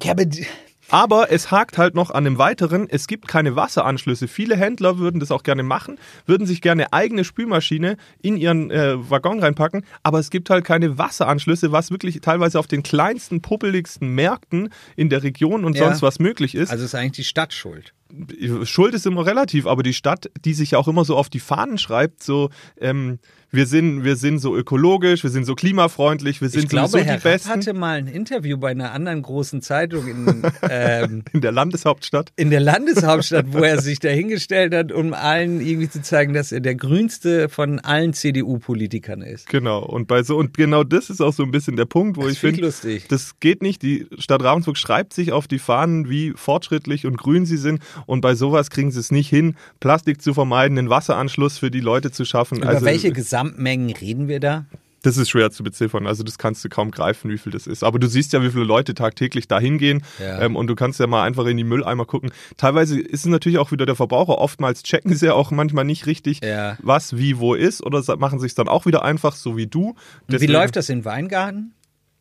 S2: Ja, aber d-
S1: Aber es hakt halt noch an dem Weiteren, es gibt keine Wasseranschlüsse. Viele Händler würden das auch gerne machen, würden sich gerne eigene Spülmaschine in ihren äh, Waggon reinpacken, aber es gibt halt keine Wasseranschlüsse, was wirklich teilweise auf den kleinsten, puppeligsten Märkten in der Region und
S2: Ja.
S1: sonst was möglich ist.
S2: also ist eigentlich die Stadt schuld.
S1: Schuld ist immer relativ, aber die Stadt, die sich ja auch immer so auf die Fahnen schreibt, so ähm, wir, sind, wir sind so ökologisch, wir sind so klimafreundlich, wir sind
S2: ich glaube,
S1: sowieso die
S2: Herr Rapp
S1: Besten
S2: hatte mal ein Interview bei einer anderen großen Zeitung in, ähm,
S1: in der Landeshauptstadt.
S2: in der Landeshauptstadt, wo er sich dahingestellt hat, um allen irgendwie zu zeigen, dass er der grünste von allen CDU-Politikern ist.
S1: Genau, und bei so, und genau das ist auch so ein bisschen der Punkt, wo
S2: Das
S1: ich
S2: find ich
S1: finde,
S2: lustig.
S1: das geht nicht. Die Stadt Ravensburg schreibt sich auf die Fahnen, wie fortschrittlich und grün sie sind. Und bei sowas kriegen sie es nicht hin, Plastik zu vermeiden, einen Wasseranschluss für die Leute zu schaffen.
S2: Über
S1: also,
S2: welche Gesamtmengen reden wir da?
S1: Das ist schwer zu beziffern. Also, das kannst du kaum greifen, wie viel das ist. Aber du siehst ja, wie viele Leute tagtäglich da hingehen.
S2: Ja.
S1: Ähm, und du kannst ja mal einfach in die Mülleimer gucken. Teilweise ist es natürlich auch wieder der Verbraucher. Oftmals checken sie ja auch manchmal nicht richtig,
S2: Ja.
S1: was wie wo ist. Oder sa- machen sich dann auch wieder einfach, so wie du.
S2: Wie läuft das in Weingarten?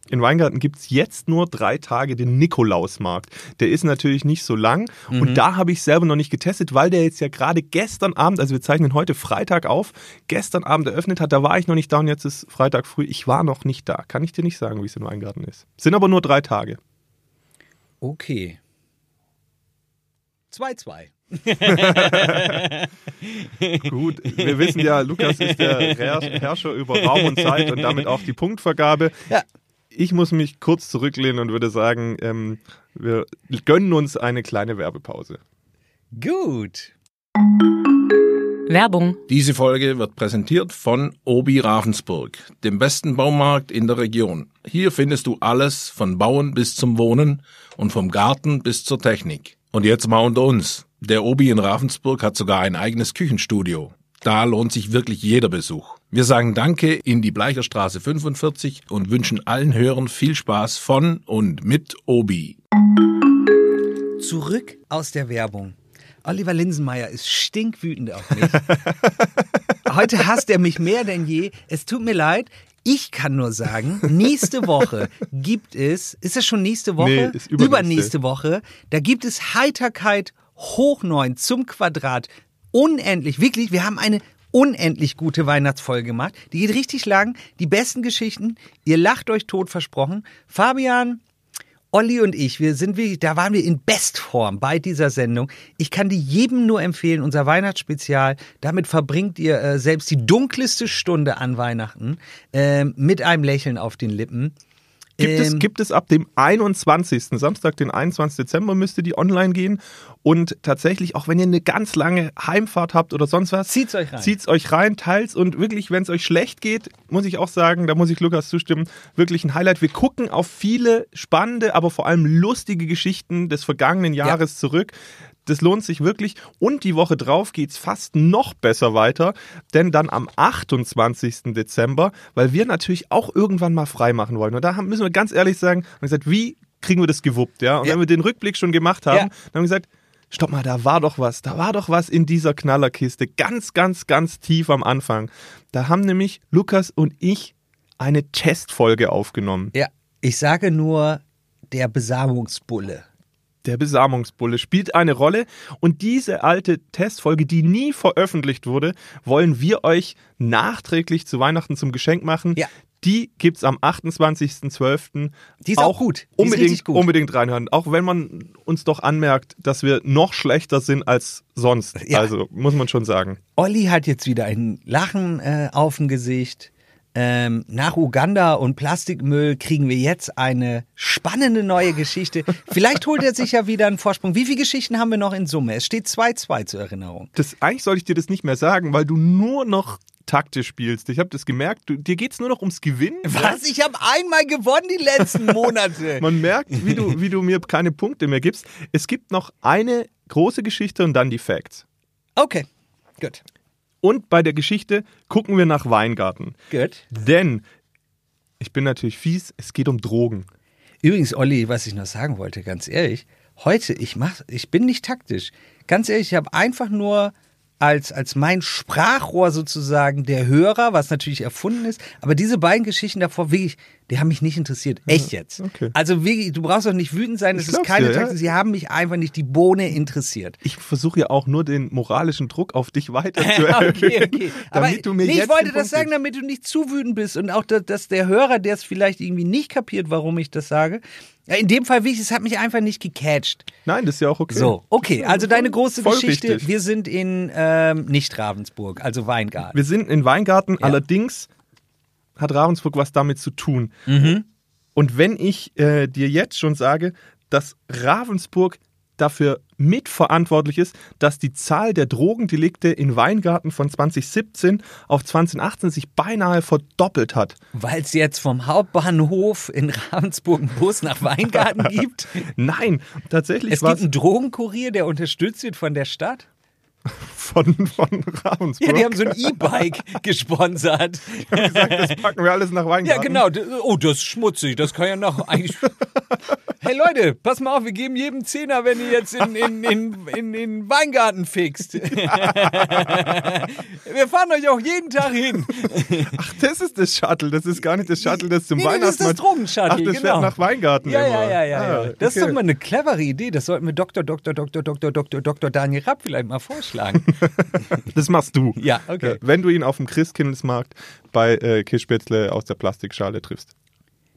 S1: In Weingarten gibt es jetzt nur drei Tage den Nikolausmarkt. Der ist natürlich nicht so lang und da habe ich selber noch nicht getestet, weil der jetzt ja gerade gestern Abend, also wir zeichnen heute Freitag auf, gestern Abend eröffnet hat. Da war ich noch nicht da und jetzt ist Freitag früh. Ich war noch nicht da. Kann ich dir nicht sagen, wie es in Weingarten ist. Sind aber nur drei Tage.
S2: Okay. 2-2.
S1: Gut, wir wissen ja, Lukas ist der Herr- Herrscher über Raum und Zeit und damit auch die Punktvergabe.
S2: Ja.
S1: Ich muss mich kurz zurücklehnen und würde sagen, ähm, wir gönnen uns eine kleine Werbepause.
S2: Gut.
S3: Werbung.
S4: Diese Folge wird präsentiert von Obi Ravensburg, dem besten Baumarkt in der Region. Hier findest du alles von Bauen bis zum Wohnen und vom Garten bis zur Technik. Und jetzt mal unter uns. Der Obi in Ravensburg hat sogar ein eigenes Küchenstudio. Da lohnt sich wirklich jeder Besuch. Wir sagen Danke in die Bleicherstraße 45 und wünschen allen Hörern viel Spaß von und mit Obi.
S2: Zurück aus der Werbung. Oliver Linsenmeier ist stinkwütend auf mich. Heute hasst er mich mehr denn je. Es tut mir leid. Ich kann nur sagen, nächste Woche gibt es, ist das schon nächste Woche?
S1: Nee, ist übernächste.
S2: Übernächste Woche. Da gibt es Heiterkeit hoch neun zum Quadrat. Unendlich, wirklich, wir haben eine unendlich gute Weihnachtsfolge gemacht. Die geht richtig lang. Die besten Geschichten. Ihr lacht euch tot versprochen. Fabian Olli und ich, wir sind wirklich, da waren wir in Bestform bei dieser Sendung. Ich kann die jedem nur empfehlen, unser Weihnachtsspezial. Damit verbringt ihr äh, selbst die dunkelste Stunde an Weihnachten ähm, mit einem Lächeln auf den Lippen.
S1: Gibt, es,
S2: Ähm,
S1: gibt es ab dem 21. Samstag, den 21. Dezember, müsste die online gehen. Und tatsächlich, auch wenn ihr eine ganz lange Heimfahrt habt oder sonst was,
S2: Zieht's euch rein.
S1: Zieht's euch rein, teils. Und wirklich, wenn es euch schlecht geht, muss ich auch sagen, da muss ich Lukas zustimmen, wirklich ein Highlight. Wir gucken auf viele spannende, aber vor allem lustige Geschichten des vergangenen Jahres zurück. Das lohnt sich wirklich. Und die Woche drauf geht's fast noch besser weiter, denn dann am 28. Dezember, weil wir natürlich auch irgendwann mal frei machen wollen. Und da haben- müssen wir ganz ehrlich sagen, haben gesagt, wie kriegen wir das gewuppt? Ja? Und
S2: Ja.
S1: wenn wir den Rückblick schon gemacht haben,
S2: Ja.
S1: dann haben wir gesagt, stopp mal, da war doch was, da war doch was in dieser Knallerkiste. Ganz, ganz, ganz tief am Anfang. Da haben nämlich Lukas und ich eine Testfolge aufgenommen.
S2: Ja, ich sage nur der Besamungsbulle.
S1: Der Besamungsbulle spielt eine Rolle und diese alte Testfolge, die nie veröffentlicht wurde, wollen wir euch nachträglich zu Weihnachten zum Geschenk machen.
S2: Ja.
S1: Die gibt's am 28.12.
S2: Die ist auch gut. Die ist
S1: unbedingt,
S2: richtig gut.
S1: unbedingt reinhören. Auch wenn man uns doch anmerkt, dass wir noch schlechter sind als sonst.
S2: Ja.
S1: Also muss man schon sagen.
S2: Olli hat jetzt wieder ein Lachen äh, auf dem Gesicht. Ähm, nach Uganda und Plastikmüll kriegen wir jetzt eine spannende neue Geschichte. Vielleicht holt er sich ja wieder einen Vorsprung. Wie viele Geschichten haben wir noch in Summe? Es steht 2-2 zur Erinnerung.
S1: Das, eigentlich sollte ich dir das nicht mehr sagen, weil du nur noch taktisch spielst. Ich habe das gemerkt. Du, dir geht's nur noch ums Gewinnen.
S2: Was? Ich habe einmal gewonnen die letzten Monate.
S1: Man merkt, wie du, wie du mir keine Punkte mehr gibst. Es gibt noch eine große Geschichte und dann die Facts.
S2: Okay, gut.
S1: Und bei der Geschichte gucken wir nach Weingarten.
S2: Gut.
S1: Denn, ich bin natürlich fies, es geht um Drogen.
S2: Übrigens, Olli, was ich noch sagen wollte, ganz ehrlich, heute, ich mach, ich bin nicht taktisch. Ganz ehrlich, ich habe einfach nur als, als mein Sprachrohr sozusagen der Hörer, was natürlich erfunden ist, aber diese beiden Geschichten davor, wirklich, die haben mich nicht interessiert. Echt jetzt.
S1: okay.
S2: Also wirklich, du brauchst doch nicht wütend sein,
S1: Ich
S2: das ist
S1: glaub's
S2: keine
S1: dir, ja.
S2: Taktik, sie haben mich einfach nicht die Bohne interessiert.
S1: Ich versuche ja auch nur den moralischen Druck auf dich weiterzuerhöhen.
S2: Okay, okay. Aber
S1: Damit du mir
S2: nee,
S1: jetzt
S2: ich wollte
S1: den
S2: das
S1: Punkt
S2: sagen,
S1: gibst.
S2: damit du nicht zu wütend bist und auch, dass, dass der Hörer, der es vielleicht irgendwie nicht kapiert, warum ich das sage. Ja, In dem Fall, wirklich, es hat mich einfach nicht gecatcht.
S1: Nein, das ist ja auch okay.
S2: So, okay, also deine große
S1: Voll
S2: Geschichte.
S1: richtig.
S2: Wir sind in ähm, nicht Ravensburg, also Weingarten.
S1: Wir sind in Weingarten, allerdings hat Ravensburg was damit zu tun.
S2: Mhm.
S1: Und wenn ich äh, dir jetzt schon sage, dass Ravensburg dafür mitverantwortlich ist, dass die Zahl der Drogendelikte in Weingarten von 2017 auf 2018 sich beinahe verdoppelt hat.
S2: Weil es jetzt vom Hauptbahnhof in Ravensburg einen Bus nach Weingarten gibt.
S1: Nein, tatsächlich
S2: Es gibt
S1: war's
S2: einen Drogenkurier, der unterstützt wird von der Stadt.
S1: von, von Ravensburg.
S2: Ja, die haben so ein E-Bike gesponsert.
S1: das packen wir alles nach Weingarten.
S2: Ja, genau. D- Oh, das ist schmutzig. Das kann ja noch eigentlich. Hey Leute, pass mal auf, wir geben jedem Zehner, wenn ihr jetzt in, in, in, in, in Weingarten fixt. Wir fahren euch auch jeden Tag hin.
S1: Ach, das ist das Shuttle. Das ist gar nicht das Shuttle, das zum
S2: Nee, nee, das ist
S1: Weihnachtsmann.
S2: das Drogenshuttle,
S1: Ach, das
S2: genau.
S1: fährt nach Weingarten
S2: Ja,
S1: immer.
S2: ja, ja, ja.
S1: Ah,
S2: ja. Das ist
S1: okay.
S2: doch mal eine clevere Idee. Das sollten wir Dr. Dr. Dr. Dr. Dr. Dr. Daniel Rapp vielleicht mal vorschlagen.
S1: Das machst du. Äh,
S2: Ja, okay.
S1: Wenn du ihn auf dem Christkindlesmarkt bei äh, Kirschspätzle aus der Plastikschale triffst.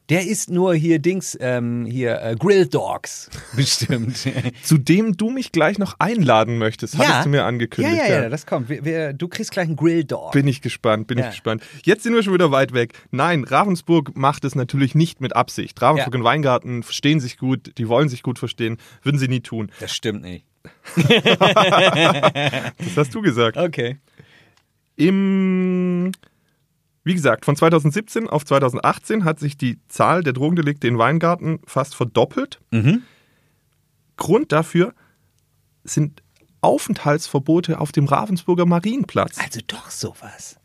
S2: Der ist nur hier Dings, ähm, hier äh, Grill Dogs bestimmt.
S1: Zu dem du mich gleich noch einladen möchtest, hattest du mir angekündigt.
S2: Ja, ja, ja, das kommt. Wir, wir, du kriegst gleich einen Grill Dog.
S1: Bin ich gespannt, bin
S2: Ja.
S1: ich gespannt. Jetzt sind wir schon wieder weit weg. Nein, Ravensburg macht es natürlich nicht mit Absicht. Ravensburg
S2: Ja.
S1: und Weingarten verstehen sich gut, die wollen sich gut verstehen, würden sie nie tun.
S2: Das stimmt nicht.
S1: Das hast du gesagt.
S2: Okay.
S1: Im, wie gesagt, von 2017 auf 2018 hat sich die Zahl der Drogendelikte in Weingarten fast verdoppelt. Grund dafür sind Aufenthaltsverbote auf dem Ravensburger Marienplatz.
S2: Also doch sowas.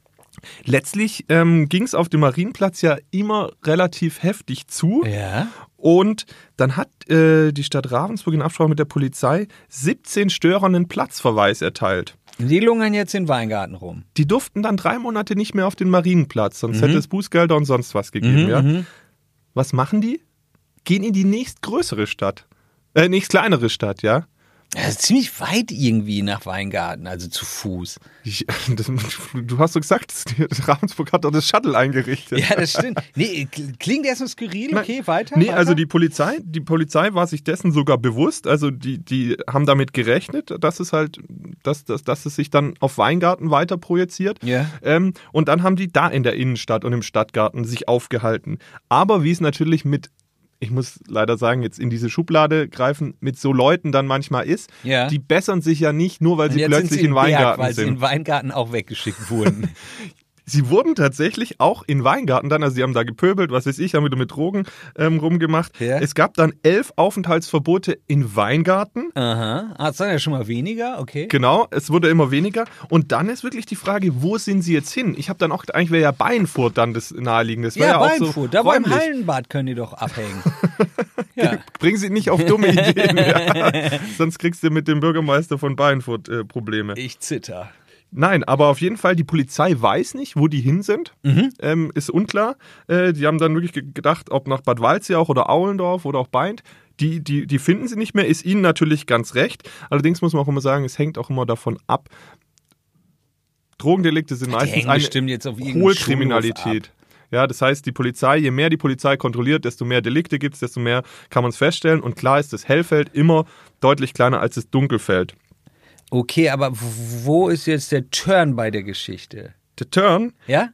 S1: Letztlich ähm, ging es auf dem Marienplatz ja immer relativ heftig zu.
S2: Ja.
S1: Und dann hat äh, die Stadt Ravensburg in Absprache mit der Polizei 17 Störern einen Platzverweis erteilt.
S2: Die lungern jetzt in den Weingarten rum.
S1: Die durften dann drei Monate nicht mehr auf den Marienplatz, sonst hätte es Bußgelder und sonst was gegeben. ja. Was machen die? Gehen in die nächstgrößere Stadt. Äh, nächstkleinere Stadt, ja.
S2: Das ist ziemlich weit irgendwie nach Weingarten, also zu Fuß.
S1: Ich, das, du hast doch gesagt, das- Ravensburg hat doch das Shuttle eingerichtet.
S2: Ja, das stimmt. Nee, kl- klingt erstmal skurril. Okay,
S1: Nein.
S2: weiter.
S1: Nee,
S2: weiter.
S1: also die Polizei, die Polizei war sich dessen sogar bewusst. Also die, die haben damit gerechnet, dass es halt, dass, dass, dass es sich dann auf Weingarten weiter projiziert.
S2: Ja.
S1: Ähm, und dann haben die da in der Innenstadt und im Stadtgarten sich aufgehalten. Aber wie es natürlich mit ich muss leider sagen, jetzt in diese Schublade greifen, mit so Leuten dann manchmal ist,
S2: Ja.
S1: die bessern sich ja nicht, nur weil
S2: Und
S1: sie
S2: jetzt sind
S1: plötzlich
S2: sie
S1: in
S2: im
S1: Weingarten
S2: Berg, weil sie
S1: sind.
S2: in Weingarten auch weggeschickt wurden.
S1: Sie wurden tatsächlich auch in Weingarten dann, also sie haben da gepöbelt, was weiß ich, haben wieder mit Drogen ähm, rumgemacht.
S2: Ja.
S1: Es gab dann elf Aufenthaltsverbote in Weingarten.
S2: Aha. Ah, es waren ja schon mal weniger, okay.
S1: Genau, es wurde immer weniger. Und dann ist wirklich die Frage, wo sind sie jetzt hin? Ich habe dann auch, eigentlich wäre ja Beinfurt dann das naheliegende. Das wär
S2: Ja,
S1: ja auch
S2: Weinfuhr,
S1: so
S2: da halt- beim
S1: räumlich.
S2: Hallenbad können die doch abhängen. ja.
S1: Bring sie nicht auf dumme Ideen. ja. Sonst kriegst du mit dem Bürgermeister von Beinfurt äh, Probleme.
S2: Ich zitter.
S1: Nein, aber auf jeden Fall, die Polizei weiß nicht, wo die hin sind.
S2: Mhm.
S1: Ähm, ist unklar. Äh, die haben dann wirklich ge- gedacht, ob nach Bad Waldsee auch oder Aulendorf oder auch Beint. Die, die, die finden sie nicht mehr, ist ihnen natürlich ganz recht. Allerdings muss man auch immer sagen, es hängt auch immer davon ab. Drogendelikte sind
S2: Die
S1: meistens
S2: hängen bestimmt jetzt auf
S1: eine
S2: irgendeinem Schulhof
S1: Hohlkriminalität. Ja, das heißt, die Polizei, je mehr die Polizei kontrolliert, desto mehr Delikte gibt es, desto mehr kann man es feststellen. Und klar ist das Hellfeld immer deutlich kleiner als das Dunkelfeld.
S2: ab. Okay, aber w- wo ist jetzt der Turn bei der Geschichte?
S1: Der Turn
S2: Ja?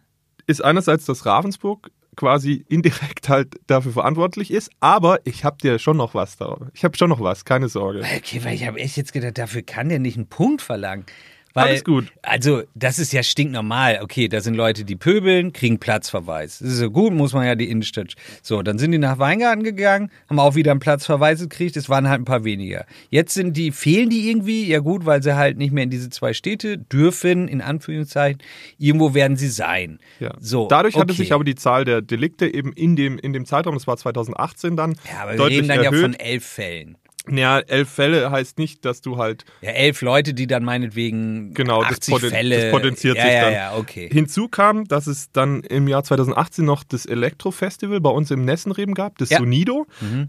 S1: ist einerseits, dass Ravensburg quasi indirekt halt dafür verantwortlich ist, aber ich habe dir schon noch was da. Ich habe schon noch was, keine Sorge.
S2: Okay, weil ich habe echt jetzt gedacht, dafür kann der nicht einen Punkt verlangen. Weil,
S1: Alles gut.
S2: Also, das ist ja stinknormal. Okay, da sind Leute, die pöbeln, kriegen Platzverweis. Das ist so gut, muss man ja die Innenstadt. So, dann sind die nach Weingarten gegangen, haben auch wieder einen Platzverweis gekriegt. Es waren halt ein paar weniger. Jetzt sind die, fehlen die irgendwie? Ja, gut, weil sie halt nicht mehr in diese zwei Städte dürfen, in Anführungszeichen. Irgendwo werden sie sein.
S1: Ja.
S2: So,
S1: Dadurch hatte
S2: okay.
S1: sich aber die Zahl der Delikte eben in dem, in dem Zeitraum, das war 2018 dann,
S2: Ja, aber wir
S1: deutlich
S2: reden dann
S1: erhöht.
S2: ja von elf Fällen.
S1: ja, elf Fälle heißt nicht, dass du halt
S2: Ja, elf Leute, die dann meinetwegen
S1: Genau, das,
S2: 80
S1: poten
S2: Fälle.
S1: das potenziert
S2: ja,
S1: sich
S2: ja,
S1: dann.
S2: Ja, okay.
S1: Hinzu kam, dass es dann im Jahr 2018 noch das Elektro-Festival bei uns im Nessenreben gab, das
S2: Ja. Mhm.
S1: Sonido.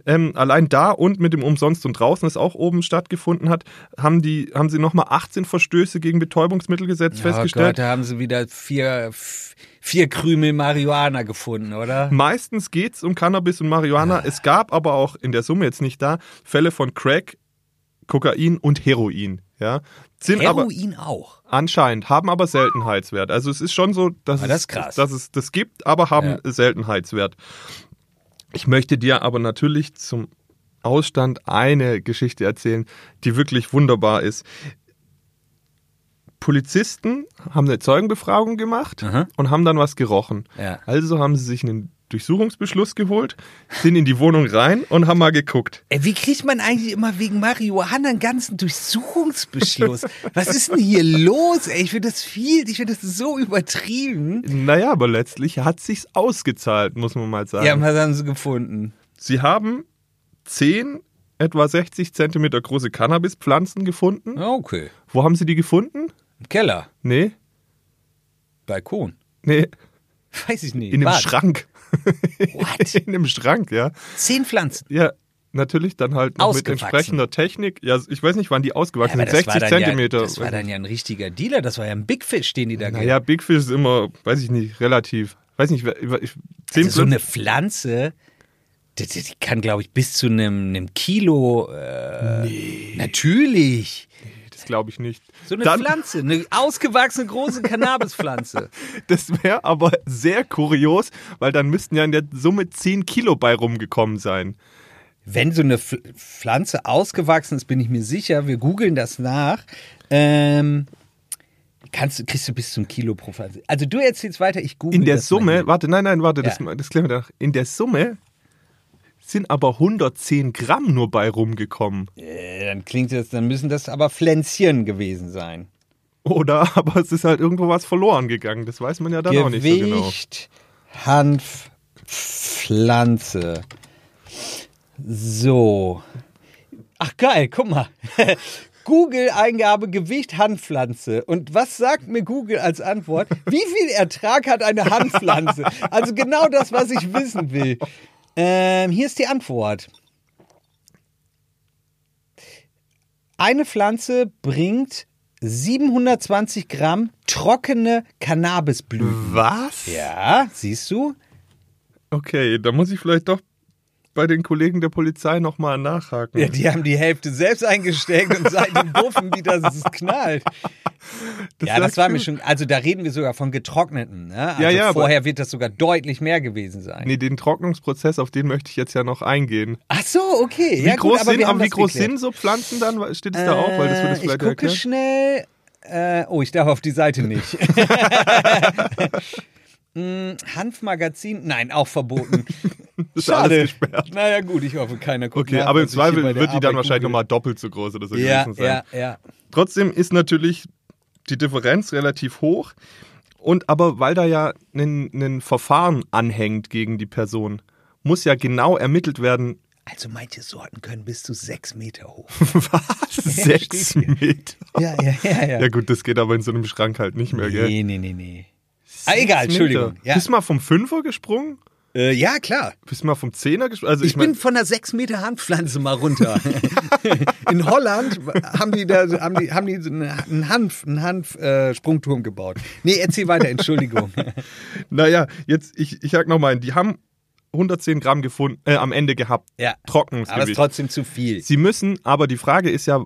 S1: Ähm, allein da und mit dem Umsonst und draußen, das auch oben stattgefunden hat, haben, die, haben sie nochmal 18 Verstöße gegen Betäubungsmittelgesetz
S2: Oh Gott,
S1: festgestellt.
S2: da haben sie wieder vier, f- vier Krümel Marihuana gefunden, oder?
S1: Meistens geht es um Cannabis und Marihuana. Es gab aber auch in der Summe jetzt nicht da Fälle von Crack, Kokain und Heroin. Ja, sind aber
S2: Heroin auch.
S1: Anscheinend, haben aber Seltenheitswert. Also es ist schon so, dass,
S2: Ah, das
S1: es,
S2: ist krass.
S1: dass es das gibt, aber haben Seltenheitswert. Ich möchte dir aber natürlich zum Ausstand eine Geschichte erzählen, die wirklich wunderbar ist. Polizisten haben eine Zeugenbefragung gemacht
S2: Aha.
S1: und haben dann was gerochen.
S2: Ja.
S1: Also haben sie sich einen Durchsuchungsbeschluss geholt, sind in die Wohnung rein und haben mal geguckt.
S2: Ey, Äh, wie kriegt man eigentlich immer wegen Marihuana einen ganzen Durchsuchungsbeschluss? Was ist denn hier los? Ey, ich finde das viel, ich finde das so übertrieben.
S1: Naja, aber letztlich hat sich's ausgezahlt, muss man mal sagen.
S2: Ja, was haben sie gefunden?
S1: Sie haben zehn etwa 60 Zentimeter große Cannabispflanzen gefunden.
S2: Ah, Okay.
S1: Wo haben Sie die gefunden?
S2: Im Keller,
S1: Nee,
S2: Balkon.
S1: nee,
S2: Weiß ich nicht.
S1: in einem
S2: Bad.
S1: Schrank.
S2: What?
S1: In einem Schrank, ja.
S2: Zehn Pflanzen.
S1: Ja, natürlich dann halt noch mit
S2: Ausgewachsen.
S1: entsprechender Technik. Ja, ich weiß nicht, wann die ausgewachsen
S2: aber
S1: sind.
S2: das war
S1: 60
S2: dann
S1: Zentimeter.
S2: Ja, das war dann ja ein richtiger Dealer. Das war ja ein Big Fish, den die da
S1: naja, Big Fish ist immer, weiß ich nicht, relativ. Weiß nicht, wer- ich, zehn
S2: Also
S1: Pflanzen-
S2: so eine Pflanze, die, die, die kann, glaube ich, bis zu einem, einem Kilo. Äh, Natürlich.
S1: das glaube ich nicht.
S2: So eine
S1: dann,
S2: Pflanze, eine ausgewachsene große Cannabispflanze.
S1: Das wäre aber sehr kurios, weil dann müssten ja in der Summe 10 Kilo bei rumgekommen sein.
S2: Wenn so eine Pf- Pflanze ausgewachsen ist, bin ich mir sicher, wir googeln das nach. Ähm, kannst, du- kriegst du bis zum Kilo pro Pflanze. Also du erzählst weiter, ich google
S1: In der
S2: das mal
S1: Summe,
S2: hier.
S1: warte, nein, nein, warte, das,
S2: Ja.
S1: das klären wir danach. In der Summe sind aber 110 Gramm nur bei rumgekommen.
S2: Äh, dann klingt das, dann müssen das aber Pflänzchen gewesen sein.
S1: Oder aber es ist halt irgendwo was verloren gegangen. Das weiß man ja dann auch nicht so genau.
S2: Gewicht, Hanf, Pflanze. So. Ach geil, guck mal. Google-Eingabe Gewicht Handpflanze. Und was sagt mir Google als Antwort? Wie viel Ertrag hat eine Handpflanze? Also genau das, was ich wissen will. Ähm, hier ist die Antwort. Eine Pflanze bringt 720 Gramm trockene Cannabisblüten.
S1: Was?
S2: Ja, siehst du?
S1: Okay, da muss ich vielleicht doch bei den Kollegen der Polizei nochmal nachhaken.
S2: Ja, die haben die Hälfte selbst eingesteckt und seitdem buffen die, dass es knallt. ja, das
S1: sagt
S2: war
S1: du.
S2: mir schon. Also da reden wir sogar von getrockneten. Ne? Also
S1: Ja, ja, aber-
S2: vorher wird das sogar deutlich mehr gewesen sein.
S1: Nee, den Trocknungsprozess, auf den möchte ich jetzt ja noch eingehen.
S2: Ach so, okay.
S1: Wie
S2: ja,
S1: groß,
S2: gut, aber
S1: sind,
S2: wir haben
S1: aber wie
S2: das
S1: groß
S2: geklärt.
S1: sind so Pflanzen dann? Steht es da auch? Weil das würde es
S2: Äh, ich
S1: vielleicht
S2: gucke
S1: erklären.
S2: schnell. Äh, oh, ich darf auf die Seite nicht. Hm, Hanfmagazin? Nein, auch verboten.
S1: Ist alles
S2: Schade.
S1: gesperrt.
S2: Naja gut, ich hoffe, keiner guckt
S1: Okay,
S2: nach,
S1: aber im
S2: was ich hier
S1: Zweifel
S2: bei der
S1: wird die dann
S2: Arbeit
S1: wahrscheinlich
S2: google.
S1: nochmal doppelt so groß oder so
S2: Ja,
S1: gewesen sein.
S2: ja, ja.
S1: Trotzdem ist natürlich die Differenz relativ hoch. Und aber weil da ja ein, ein Verfahren anhängt gegen die Person, muss ja genau ermittelt werden,
S2: Also manche Sorten können bis zu sechs Meter hoch.
S1: was sechs
S2: steht
S1: Meter.
S2: Ja, ja, ja, ja.
S1: Ja gut, das geht aber in so einem Schrank halt nicht mehr, gell?
S2: nee, nee, nee, nee. Ah, egal, Entschuldigung.
S1: Meter.
S2: Ja.
S1: Bist du mal vom Fünfer gesprungen?
S2: Äh, ja, klar.
S1: Bist du mal vom Zehner gesprungen? Also
S2: Ich,
S1: ich,
S2: bin
S1: mein,
S2: von der sechs Meter Hanfpflanze mal runter. In Holland haben die da haben die, haben die so einen Hanf, einen Hanf äh, Sprungturm gebaut. Nee, erzähl weiter, Entschuldigung.
S1: naja, jetzt, ich, ich sag nochmal, die haben 110 Gramm gefunden, äh, am Ende gehabt.
S2: Ja.
S1: Trockenes
S2: Aber es ist
S1: Gewicht.
S2: trotzdem zu viel.
S1: Sie müssen, aber die Frage ist ja,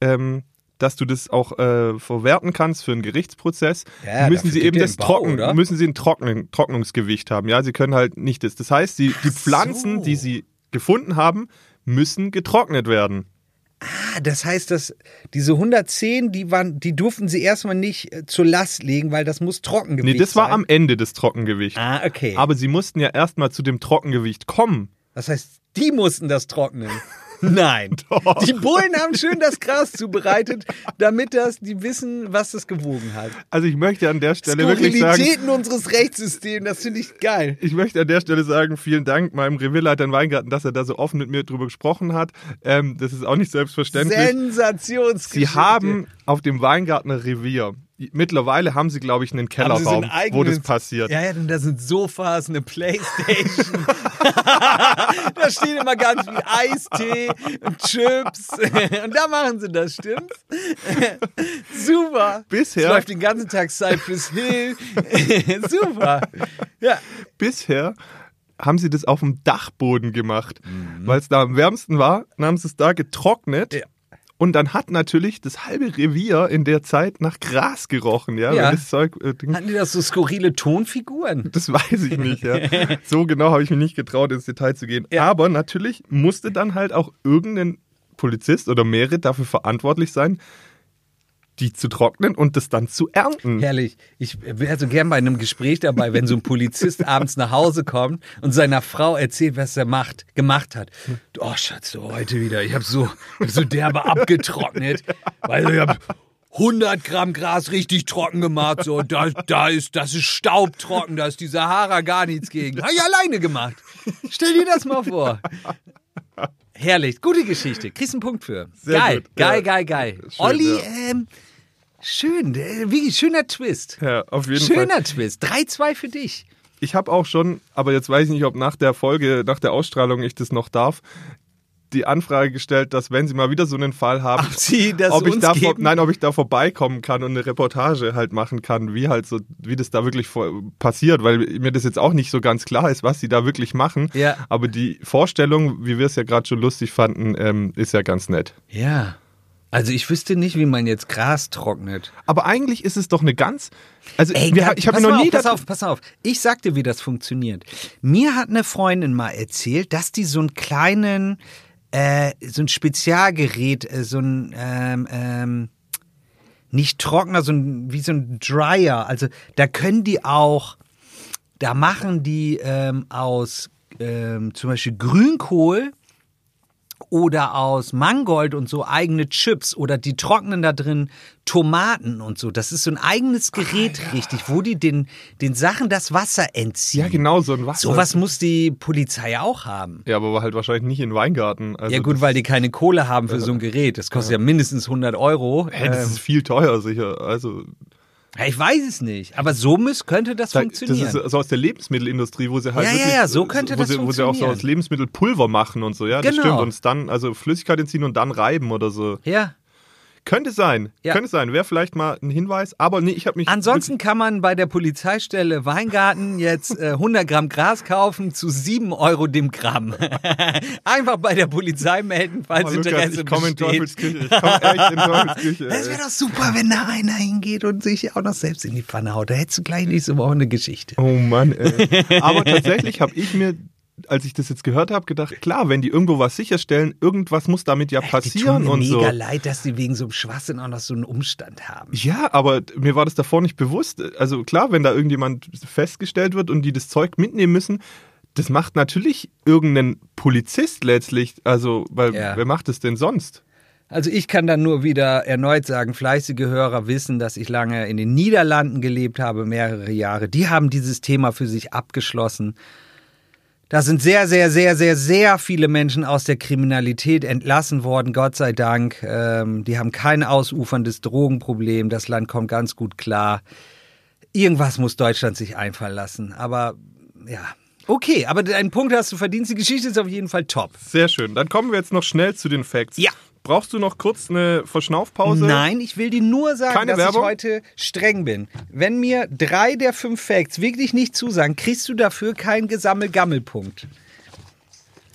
S1: ähm, dass du das auch äh, verwerten kannst für einen Gerichtsprozess,
S2: Ja,
S1: müssen
S2: dafür
S1: sie
S2: geht
S1: eben
S2: der
S1: das
S2: in Bau,
S1: trocken,
S2: oder?
S1: müssen sie ein trocknen, Trocknungsgewicht haben. Ja, sie können halt nicht das. Das heißt, sie, die
S2: Ach
S1: Pflanzen,
S2: so.
S1: die sie gefunden haben, müssen getrocknet werden.
S2: Ah, das heißt, dass diese 110, die waren, die durften sie erstmal nicht äh, zur Last legen, weil das muss trocken
S1: Nee,
S2: gewesen
S1: das war
S2: sein.
S1: am Ende das Trockengewicht.
S2: Ah, okay.
S1: Aber sie mussten ja erstmal zu dem Trockengewicht kommen.
S2: Das heißt, die mussten das trocknen. Nein. Die Bullen haben schön das Gras zubereitet, damit das, die wissen, was das gewogen hat.
S1: Also ich möchte an der Stelle wirklich sagen,
S2: Skurrilitäten unseres Rechtssystems, das finde ich geil.
S1: ich möchte an der Stelle sagen, vielen Dank meinem Revierleiter in Weingarten, dass er da so offen mit mir drüber gesprochen hat. Ähm, das ist auch nicht selbstverständlich. Sie
S2: Sensationsgeschichte.
S1: haben auf dem Weingartner Revier, mittlerweile haben sie, glaube ich, einen
S2: Haben sie so einen
S1: Kellerraum, wo das
S2: eigenen-
S1: passiert.
S2: Ja, ja, denn da sind Sofas, eine Playstation. da stehen immer ganz viel Eistee und Chips. Und da machen sie das, stimmt's? Super.
S1: Bisher-
S2: Es läuft den ganzen Tag Cypress Hill. Super. Ja.
S1: Bisher haben sie das auf dem Dachboden gemacht, weil es da am wärmsten war, dann haben sie es da getrocknet.
S2: Mhm. Ja.
S1: Und dann hat natürlich das halbe Revier in der Zeit nach Gras gerochen, ja.
S2: Ja.
S1: Wenn Das, Zeug, äh, Ding-
S2: Hatten die das so skurrile Tonfiguren?
S1: das weiß ich nicht, ja. So genau habe ich mich nicht getraut, ins Detail zu gehen.
S2: Ja.
S1: Aber natürlich musste dann halt auch irgendein Polizist oder mehrere dafür verantwortlich sein, die zu trocknen und das dann zu ernten.
S2: Herrlich. Ich wäre so gern bei einem Gespräch dabei, wenn so ein Polizist abends nach Hause kommt und seiner Frau erzählt, was er macht, gemacht hat. Du, Oh, Schatz, so heute wieder. Ich habe so, ich hab so derbe abgetrocknet. Weil ich habe 100 Gramm Gras richtig trocken gemacht. So, da, da ist, das ist staubtrocken. Da ist die Sahara gar nichts gegen. Habe ich alleine gemacht. Stell dir das mal vor. Herrlich. Gute Geschichte. Kriegst einen Punkt für.
S1: Sehr
S2: geil.
S1: gut.
S2: geil,
S1: Ja.
S2: geil, geil,
S1: Schön,
S2: Olli,
S1: ja.
S2: ähm, Schön, äh, wie schöner Twist.
S1: Ja, auf jeden Fall.
S2: Schöner Twist. 3-2 für dich.
S1: Ich habe auch schon, aber jetzt weiß ich nicht, ob nach der Folge, nach der Ausstrahlung ich das noch darf, die Anfrage gestellt, dass wenn sie mal wieder so einen Fall haben,
S2: Sie das
S1: ob ich, da vor,
S2: geben?
S1: nein, ob ich da vorbeikommen kann und eine Reportage halt machen kann, wie halt so, wie das da wirklich vor, passiert, weil mir das jetzt auch nicht so ganz klar ist, was sie da wirklich machen.
S2: Ja.
S1: Aber die Vorstellung, wie wir es ja gerade schon lustig fanden, ähm, ist ja ganz nett.
S2: Ja. Also ich wüsste nicht, wie man jetzt Gras trocknet. Aber
S1: Aber eigentlich ist es doch eine ganz, also wir,
S2: Gab,
S1: ich habe
S2: pass
S1: mir noch
S2: mal
S1: nie
S2: auf, pass
S1: da-
S2: auf, pass auf. Ich sag dir, wie das funktioniert. Mir hat eine Freundin mal erzählt, dass die so einen kleinen, äh, so ein Spezialgerät, äh, so ein ähm, ähm, nicht Trockner, so ein, wie so ein Dryer. Also da können die auch, da machen die ähm, aus ähm, zum Beispiel Grünkohl oder aus Mangold und so eigene Chips oder die trocknen da drin Tomaten und so. Das ist so ein eigenes Gerät, richtig, wo die den, den Sachen das Wasser entziehen.
S1: ja genau so ein Wasser.
S2: Sowas muss die Polizei auch haben.
S1: Ja, aber halt wahrscheinlich nicht in Weingarten. Also
S2: ja gut,
S1: das-
S2: weil die keine Kohle haben für so ein Gerät. Das kostet ja, mindestens 100 Euro.
S1: Hä, das
S2: Ähm,
S1: ist viel teuer sicher. Also
S2: Ja, Ich weiß es nicht, aber so müß, könnte das
S1: da- das
S2: funktionieren.
S1: ist so aus der Lebensmittelindustrie, wo sie halt
S2: Ja, ja,
S1: wirklich,
S2: ja, so könnte
S1: wo
S2: das
S1: sie, wo sie auch so
S2: funktionieren.
S1: aus Lebensmittel Pulver machen und so. Ja, das
S2: Genau.
S1: stimmt. Und es dann also Flüssigkeit entziehen und dann reiben oder so.
S2: ja.
S1: Könnte sein,
S2: Ja.
S1: könnte sein. Wäre vielleicht mal ein Hinweis, aber nee, ich habe mich.
S2: Ansonsten kann man bei der Polizeistelle Weingarten jetzt äh, 100 Gramm Gras kaufen zu 7 Euro dem Gramm. Einfach bei der Polizei melden, falls
S1: Oh, Lukas,
S2: Interesse
S1: ich komme in
S2: besteht.
S1: Teufelsküche. Ich komme echt in Teufelsküche.
S2: Das wäre
S1: ey.
S2: doch super, wenn da einer hingeht und sich auch noch selbst in die Pfanne haut. Da hättest du gleich nächste Woche eine Geschichte.
S1: Oh Mann, ey. Aber tatsächlich habe ich mir, als ich das jetzt gehört habe, gedacht, klar, wenn die irgendwo was sicherstellen, irgendwas muss damit ja
S2: die tun
S1: passieren
S2: mir
S1: und
S2: mega
S1: so.
S2: leid, dass die wegen so einem Schwachsinn auch noch so einen Umstand haben.
S1: Ja, aber mir war das davor nicht bewusst. Also klar, wenn da irgendjemand festgestellt wird und die das Zeug mitnehmen müssen, das macht natürlich irgendein Polizist letztlich. Also, weil
S2: Ja.
S1: wer macht es denn sonst?
S2: Also ich kann dann nur wieder erneut sagen, fleißige Hörer wissen, dass ich lange in den Niederlanden gelebt habe, mehrere Jahre. Die haben dieses Thema für sich abgeschlossen. Da sind sehr, sehr, sehr, sehr, sehr viele Menschen aus der Kriminalität entlassen worden, Gott sei Dank. Ähm, die haben kein ausuferndes Drogenproblem, das Land kommt ganz gut klar. Irgendwas muss Deutschland sich einfallen lassen, aber ja. Okay, aber deinen Punkt hast du verdient, die Geschichte ist auf jeden Fall top.
S1: Sehr schön. Dann kommen wir jetzt noch schnell zu den Facts.
S2: Ja.
S1: Brauchst du noch kurz eine Verschnaufpause?
S2: Nein, ich will dir nur sagen,
S1: Keine
S2: dass
S1: Werbung?
S2: ich heute streng bin. Wenn mir drei der fünf Facts wirklich nicht zusagen, kriegst du dafür keinen Gesammel-Gammel-Punkt.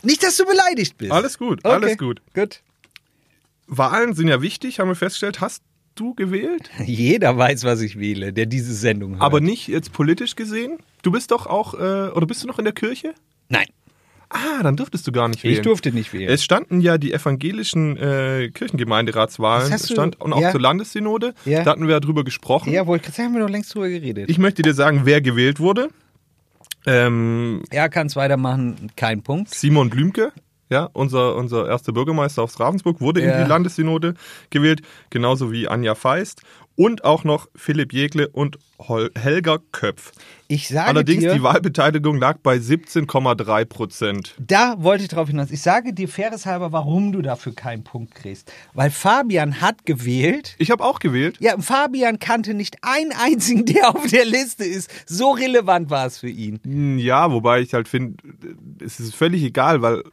S2: Nicht, dass du beleidigt bist.
S1: Alles gut,
S2: Okay,
S1: alles gut.
S2: Gut.
S1: Wahlen sind ja wichtig, haben wir festgestellt. Hast du gewählt?
S2: Jeder weiß, was ich wähle, der diese Sendung hört.
S1: Aber nicht jetzt politisch gesehen? Du bist doch auch, äh, oder bist du noch in der Kirche?
S2: nein,
S1: Ah, dann durftest du gar nicht wählen.
S2: ich durfte nicht wählen.
S1: Es standen ja die evangelischen äh, Kirchengemeinderatswahlen,
S2: Das hast du-
S1: stand und auch
S2: ja.
S1: zur Landessynode.
S2: Ja.
S1: Da hatten wir ja drüber gesprochen.
S2: ja, wollte ich gerade sagen, haben wir doch längst drüber geredet.
S1: Ich möchte dir sagen, wer gewählt wurde. Ähm,
S2: er kann es weitermachen, kein Punkt.
S1: Simon Blümke, ja, unser, unser erster Bürgermeister aus Ravensburg, wurde
S2: Ja.
S1: in die Landessynode gewählt, genauso wie Anja Feist und auch noch Philipp Jegle und Hol Helga Köpf.
S2: Ich sage
S1: Allerdings,
S2: dir,
S1: die Wahlbeteiligung lag bei 17,3 Prozent.
S2: Da wollte ich drauf hinaus. Ich sage dir faireshalber, warum du dafür keinen Punkt kriegst. Weil Fabian hat gewählt.
S1: Ich habe auch gewählt.
S2: Ja, und Fabian kannte nicht einen einzigen, der auf der Liste ist. So relevant war es für ihn.
S1: Ja, wobei ich halt finde, es ist völlig egal, weil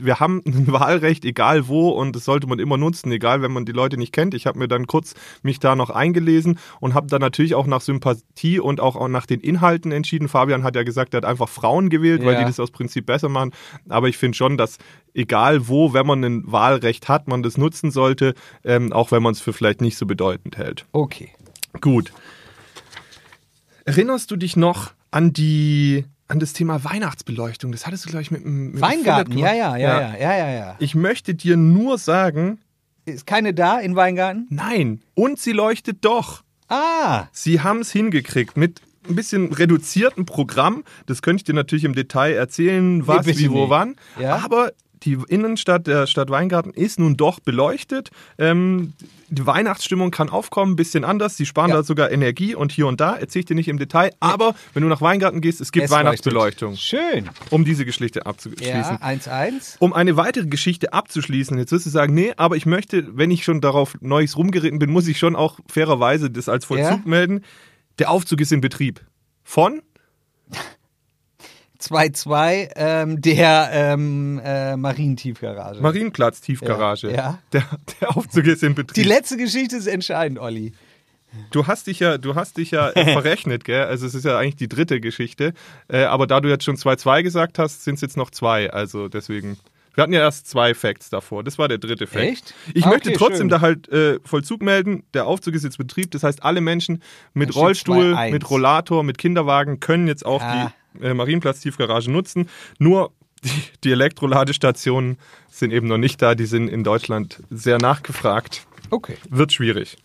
S1: wir haben ein Wahlrecht, egal wo, und das sollte man immer nutzen, egal wenn man die Leute nicht kennt. Ich habe mir dann kurz mich da noch eingelesen und habe dann natürlich auch nach Sympathie und auch, auch nach den Inhalten entschieden. Fabian hat ja gesagt, er hat einfach Frauen gewählt, weil
S2: Ja.
S1: die das aus Prinzip besser machen. Aber ich finde schon, dass egal wo, wenn man ein Wahlrecht hat, man das nutzen sollte, ähm, auch wenn man es für vielleicht nicht so bedeutend hält.
S2: Okay.
S1: Gut. Erinnerst du dich noch an die an das Thema Weihnachtsbeleuchtung? Das hattest du gleich mit dem mit dem
S2: Weingarten,
S1: Philipp
S2: ja,
S1: gemacht.
S2: ja, ja, ja, ja, ja, ja.
S1: Ich möchte dir nur sagen,
S2: Ist keine da in Weingarten?
S1: nein. Und sie leuchtet doch.
S2: Ah,
S1: Sie haben es hingekriegt mit ein bisschen reduziertem Programm. Das könnte ich dir natürlich im Detail erzählen, was,
S2: bitte
S1: wie, wo,
S2: nicht.
S1: wann.
S2: Ja.
S1: Aber die Innenstadt der Stadt Weingarten ist nun doch beleuchtet. Ähm, die Weihnachtsstimmung kann aufkommen, ein bisschen anders. Sie sparen
S2: Ja.
S1: da sogar Energie und hier und da. Erzähle ich dir nicht im Detail. Aber wenn du nach Weingarten gehst, es gibt
S2: es
S1: Weihnachtsbeleuchtung,
S2: leuchtet. Schön.
S1: um diese Geschichte abzuschließen.
S2: Ja, 1-1.
S1: Um eine weitere Geschichte abzuschließen, jetzt wirst du sagen, nee, aber ich möchte, wenn ich schon darauf Neues rumgeritten bin, muss ich schon auch fairerweise das als Vollzug
S2: Ja?
S1: melden. Der Aufzug ist in Betrieb. Von?
S2: 2-2 ähm, der ähm, äh, Marientiefgarage.
S1: Marienplatz, Tiefgarage.
S2: Ja, ja.
S1: Der, der Aufzug ist in
S2: Die
S1: Betrieb.
S2: letzte Geschichte ist entscheidend, Olli.
S1: du hast dich ja, du hast dich ja äh, verrechnet, gell? Also es ist ja eigentlich die dritte Geschichte. Äh, aber da du jetzt schon 2-2 gesagt hast, sind es jetzt noch zwei. Also deswegen. Wir hatten ja erst zwei Facts davor. Das war der dritte Fact.
S2: Echt?
S1: Ich
S2: Ah,
S1: möchte
S2: okay,
S1: trotzdem
S2: schön.
S1: da halt äh, Vollzug melden. Der Aufzug ist jetzt Betrieb. Das heißt, alle Menschen mit
S2: Da steht
S1: Rollstuhl,
S2: 2-1.
S1: mit Rollator, mit Kinderwagen können jetzt auch
S2: Ah.
S1: die äh, Marienplatz-Tiefgarage nutzen. Nur die, die Elektroladestationen sind eben noch nicht da. Die sind in Deutschland sehr nachgefragt
S2: Okay.
S1: wird schwierig.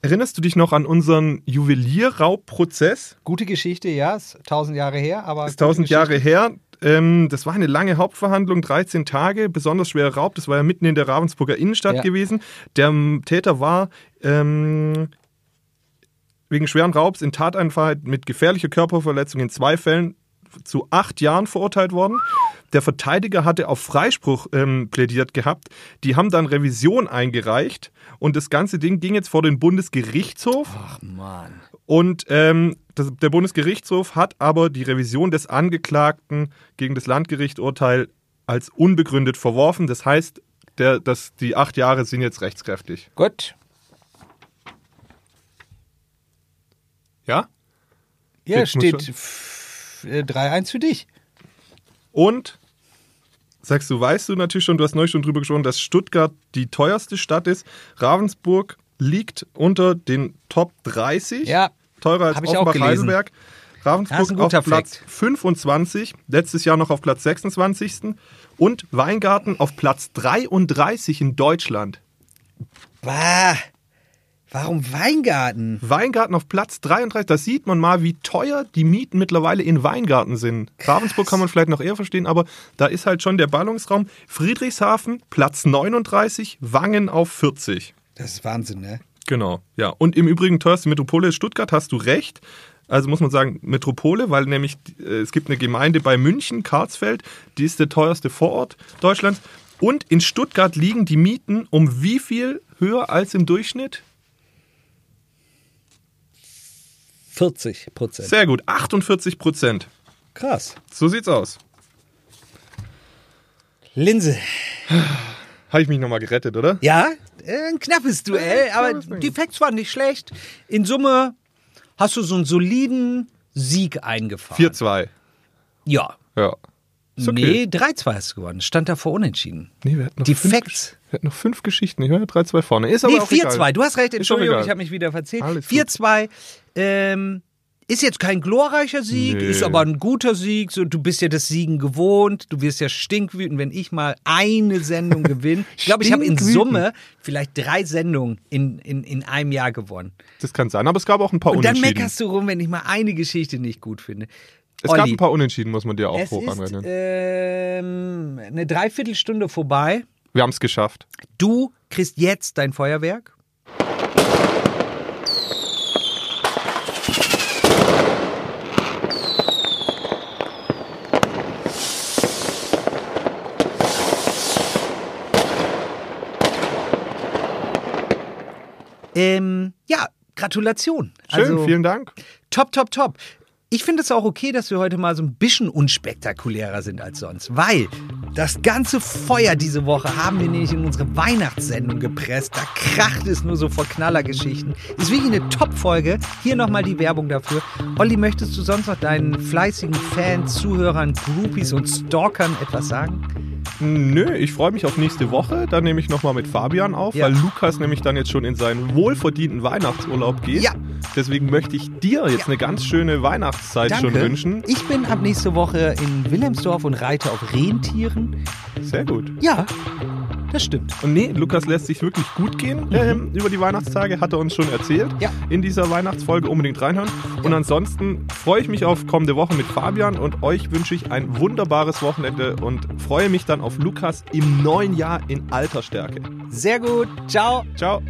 S1: Erinnerst du dich noch an unseren Juwelierraubprozess?
S2: Gute Geschichte, ja, ist tausend Jahre her, aber.
S1: Das ist
S2: gute
S1: tausend
S2: Geschichte.
S1: Jahre her. Ähm, das war eine lange Hauptverhandlung, 13 Tage, besonders schwerer Raub. Das war ja mitten in der Ravensburger Innenstadt
S2: Ja.
S1: gewesen. Der ähm, Täter war ähm, wegen schweren Raubs in Tateinfreiheit mit gefährlicher Körperverletzung in zwei Fällen zu acht Jahren verurteilt worden. Der Verteidiger hatte auf Freispruch ähm, plädiert gehabt. Die haben dann Revision eingereicht und das ganze Ding ging jetzt vor den Bundesgerichtshof.
S2: Ach Mann.
S1: Und ähm, das, der Bundesgerichtshof hat aber die Revision des Angeklagten gegen das Landgerichturteil als unbegründet verworfen. Das heißt, Der, das, die acht Jahre sind jetzt rechtskräftig.
S2: Gut.
S1: Ja?
S2: Hier
S1: Ich muss
S2: steht
S1: schon-
S2: f- äh, 3-1 für dich.
S1: Und sagst du, weißt du natürlich schon, du hast neulich schon drüber gesprochen, dass Stuttgart die teuerste Stadt ist. Ravensburg liegt unter den Top 30.
S2: Ja.
S1: Teurer als
S2: Hab ich auch
S1: Offenbach
S2: gelesen.
S1: Heidelberg.
S2: Das ist ein
S1: Ravensburg auf
S2: guter
S1: Platz
S2: Fact.
S1: 25, letztes Jahr noch auf Platz 26. Und Weingarten auf Platz 33 in Deutschland.
S2: Bah, warum Weingarten?
S1: Weingarten auf Platz 33, da sieht man mal, wie teuer die Mieten mittlerweile in Weingarten sind. Ravensburg kann man vielleicht noch eher verstehen, aber da ist halt schon der Ballungsraum. Friedrichshafen, Platz 39, Wangen auf 40.
S2: Das ist Wahnsinn, ne?
S1: Genau, ja. Und im Übrigen teuerste Metropole ist Stuttgart, hast du recht. Also muss man sagen, Metropole, weil nämlich äh, es gibt eine Gemeinde bei München, Karlsfeld, die ist der teuerste Vorort Deutschlands. Und in Stuttgart liegen die Mieten um wie viel höher als im Durchschnitt?
S2: 40 Prozent.
S1: Sehr gut, 48 Prozent.
S2: Krass.
S1: So sieht's aus.
S2: Linse.
S1: Habe ich mich nochmal gerettet, oder?
S2: Ja, äh, ein knappes Duell,
S1: Ja, ein
S2: aber
S1: knappes Ding.
S2: die Facts waren nicht schlecht. In Summe hast du so einen soliden Sieg eingefahren.
S1: 4-2.
S2: Ja.
S1: Ja. Ist
S2: Nee, 3-2 hast du gewonnen. Stand davor unentschieden.
S1: Nee, wir hatten noch
S2: Die
S1: fünf
S2: Facts.
S1: Gesch- Wir hatten noch fünf Geschichten. Ich höre 3-2 vorne. Ist aber
S2: Nee,
S1: auch egal.
S2: 4-2. Du hast recht,
S1: Ist doch
S2: Entschuldigung,
S1: egal.
S2: ich habe mich wieder verzählt.
S1: Alles gut.
S2: 4-2 ähm, ist jetzt kein glorreicher Sieg,
S1: Nee.
S2: ist aber ein guter Sieg. So, du bist ja das Siegen gewohnt. Du wirst ja stinkwütend, wenn ich mal eine Sendung gewinne. Ich glaube, ich habe in
S1: Stinkwütend.
S2: Summe vielleicht drei Sendungen in, in, in einem Jahr gewonnen.
S1: Das kann sein, aber es gab auch ein paar
S2: Und dann
S1: Unentschieden.
S2: meckerst du rum, wenn ich mal eine Geschichte nicht gut finde.
S1: es gab
S2: Olli,
S1: ein paar ne? Unentschieden, muss man dir auch
S2: es
S1: hoch
S2: ist äh,
S1: anrechnen.
S2: ähm, eine Dreiviertelstunde vorbei.
S1: wir haben es geschafft.
S2: Du kriegst jetzt dein Feuerwerk. Ähm, ja, Gratulation. Also,
S1: Schön, vielen Dank.
S2: Top, top, top. Ich finde es auch okay, dass wir heute mal so ein bisschen unspektakulärer sind als sonst, weil das ganze Feuer diese Woche haben wir nämlich in unsere Weihnachtssendung gepresst. Da kracht es nur so vor Knallergeschichten. Ist wirklich eine Top-Folge. Hier nochmal die Werbung dafür. Olli, möchtest du sonst noch deinen fleißigen Fans, Zuhörern, Groupies und Stalkern etwas sagen?
S1: Nö, ich freue mich auf nächste Woche. Dann nehme ich nochmal mit Fabian auf,
S2: Ja.
S1: weil Lukas nämlich dann jetzt schon in seinen wohlverdienten Weihnachtsurlaub geht.
S2: Ja.
S1: Deswegen möchte ich dir jetzt
S2: Ja.
S1: eine ganz schöne Weihnachtszeit schon wünschen.
S2: Ich bin ab nächste Woche in Wilhelmsdorf und reite auf Rentieren.
S1: Sehr gut.
S2: Ja, das stimmt.
S1: Und nee, Lukas lässt sich wirklich gut gehen
S2: Mhm.
S1: ähm, über die Weihnachtstage, hat er uns schon erzählt.
S2: Ja.
S1: In dieser Weihnachtsfolge unbedingt reinhören. Und ansonsten freue ich mich auf kommende Woche mit Fabian und euch wünsche ich ein wunderbares Wochenende und freue mich dann auf Lukas im neuen Jahr in alter Stärke.
S2: Sehr gut. Ciao.
S1: Ciao.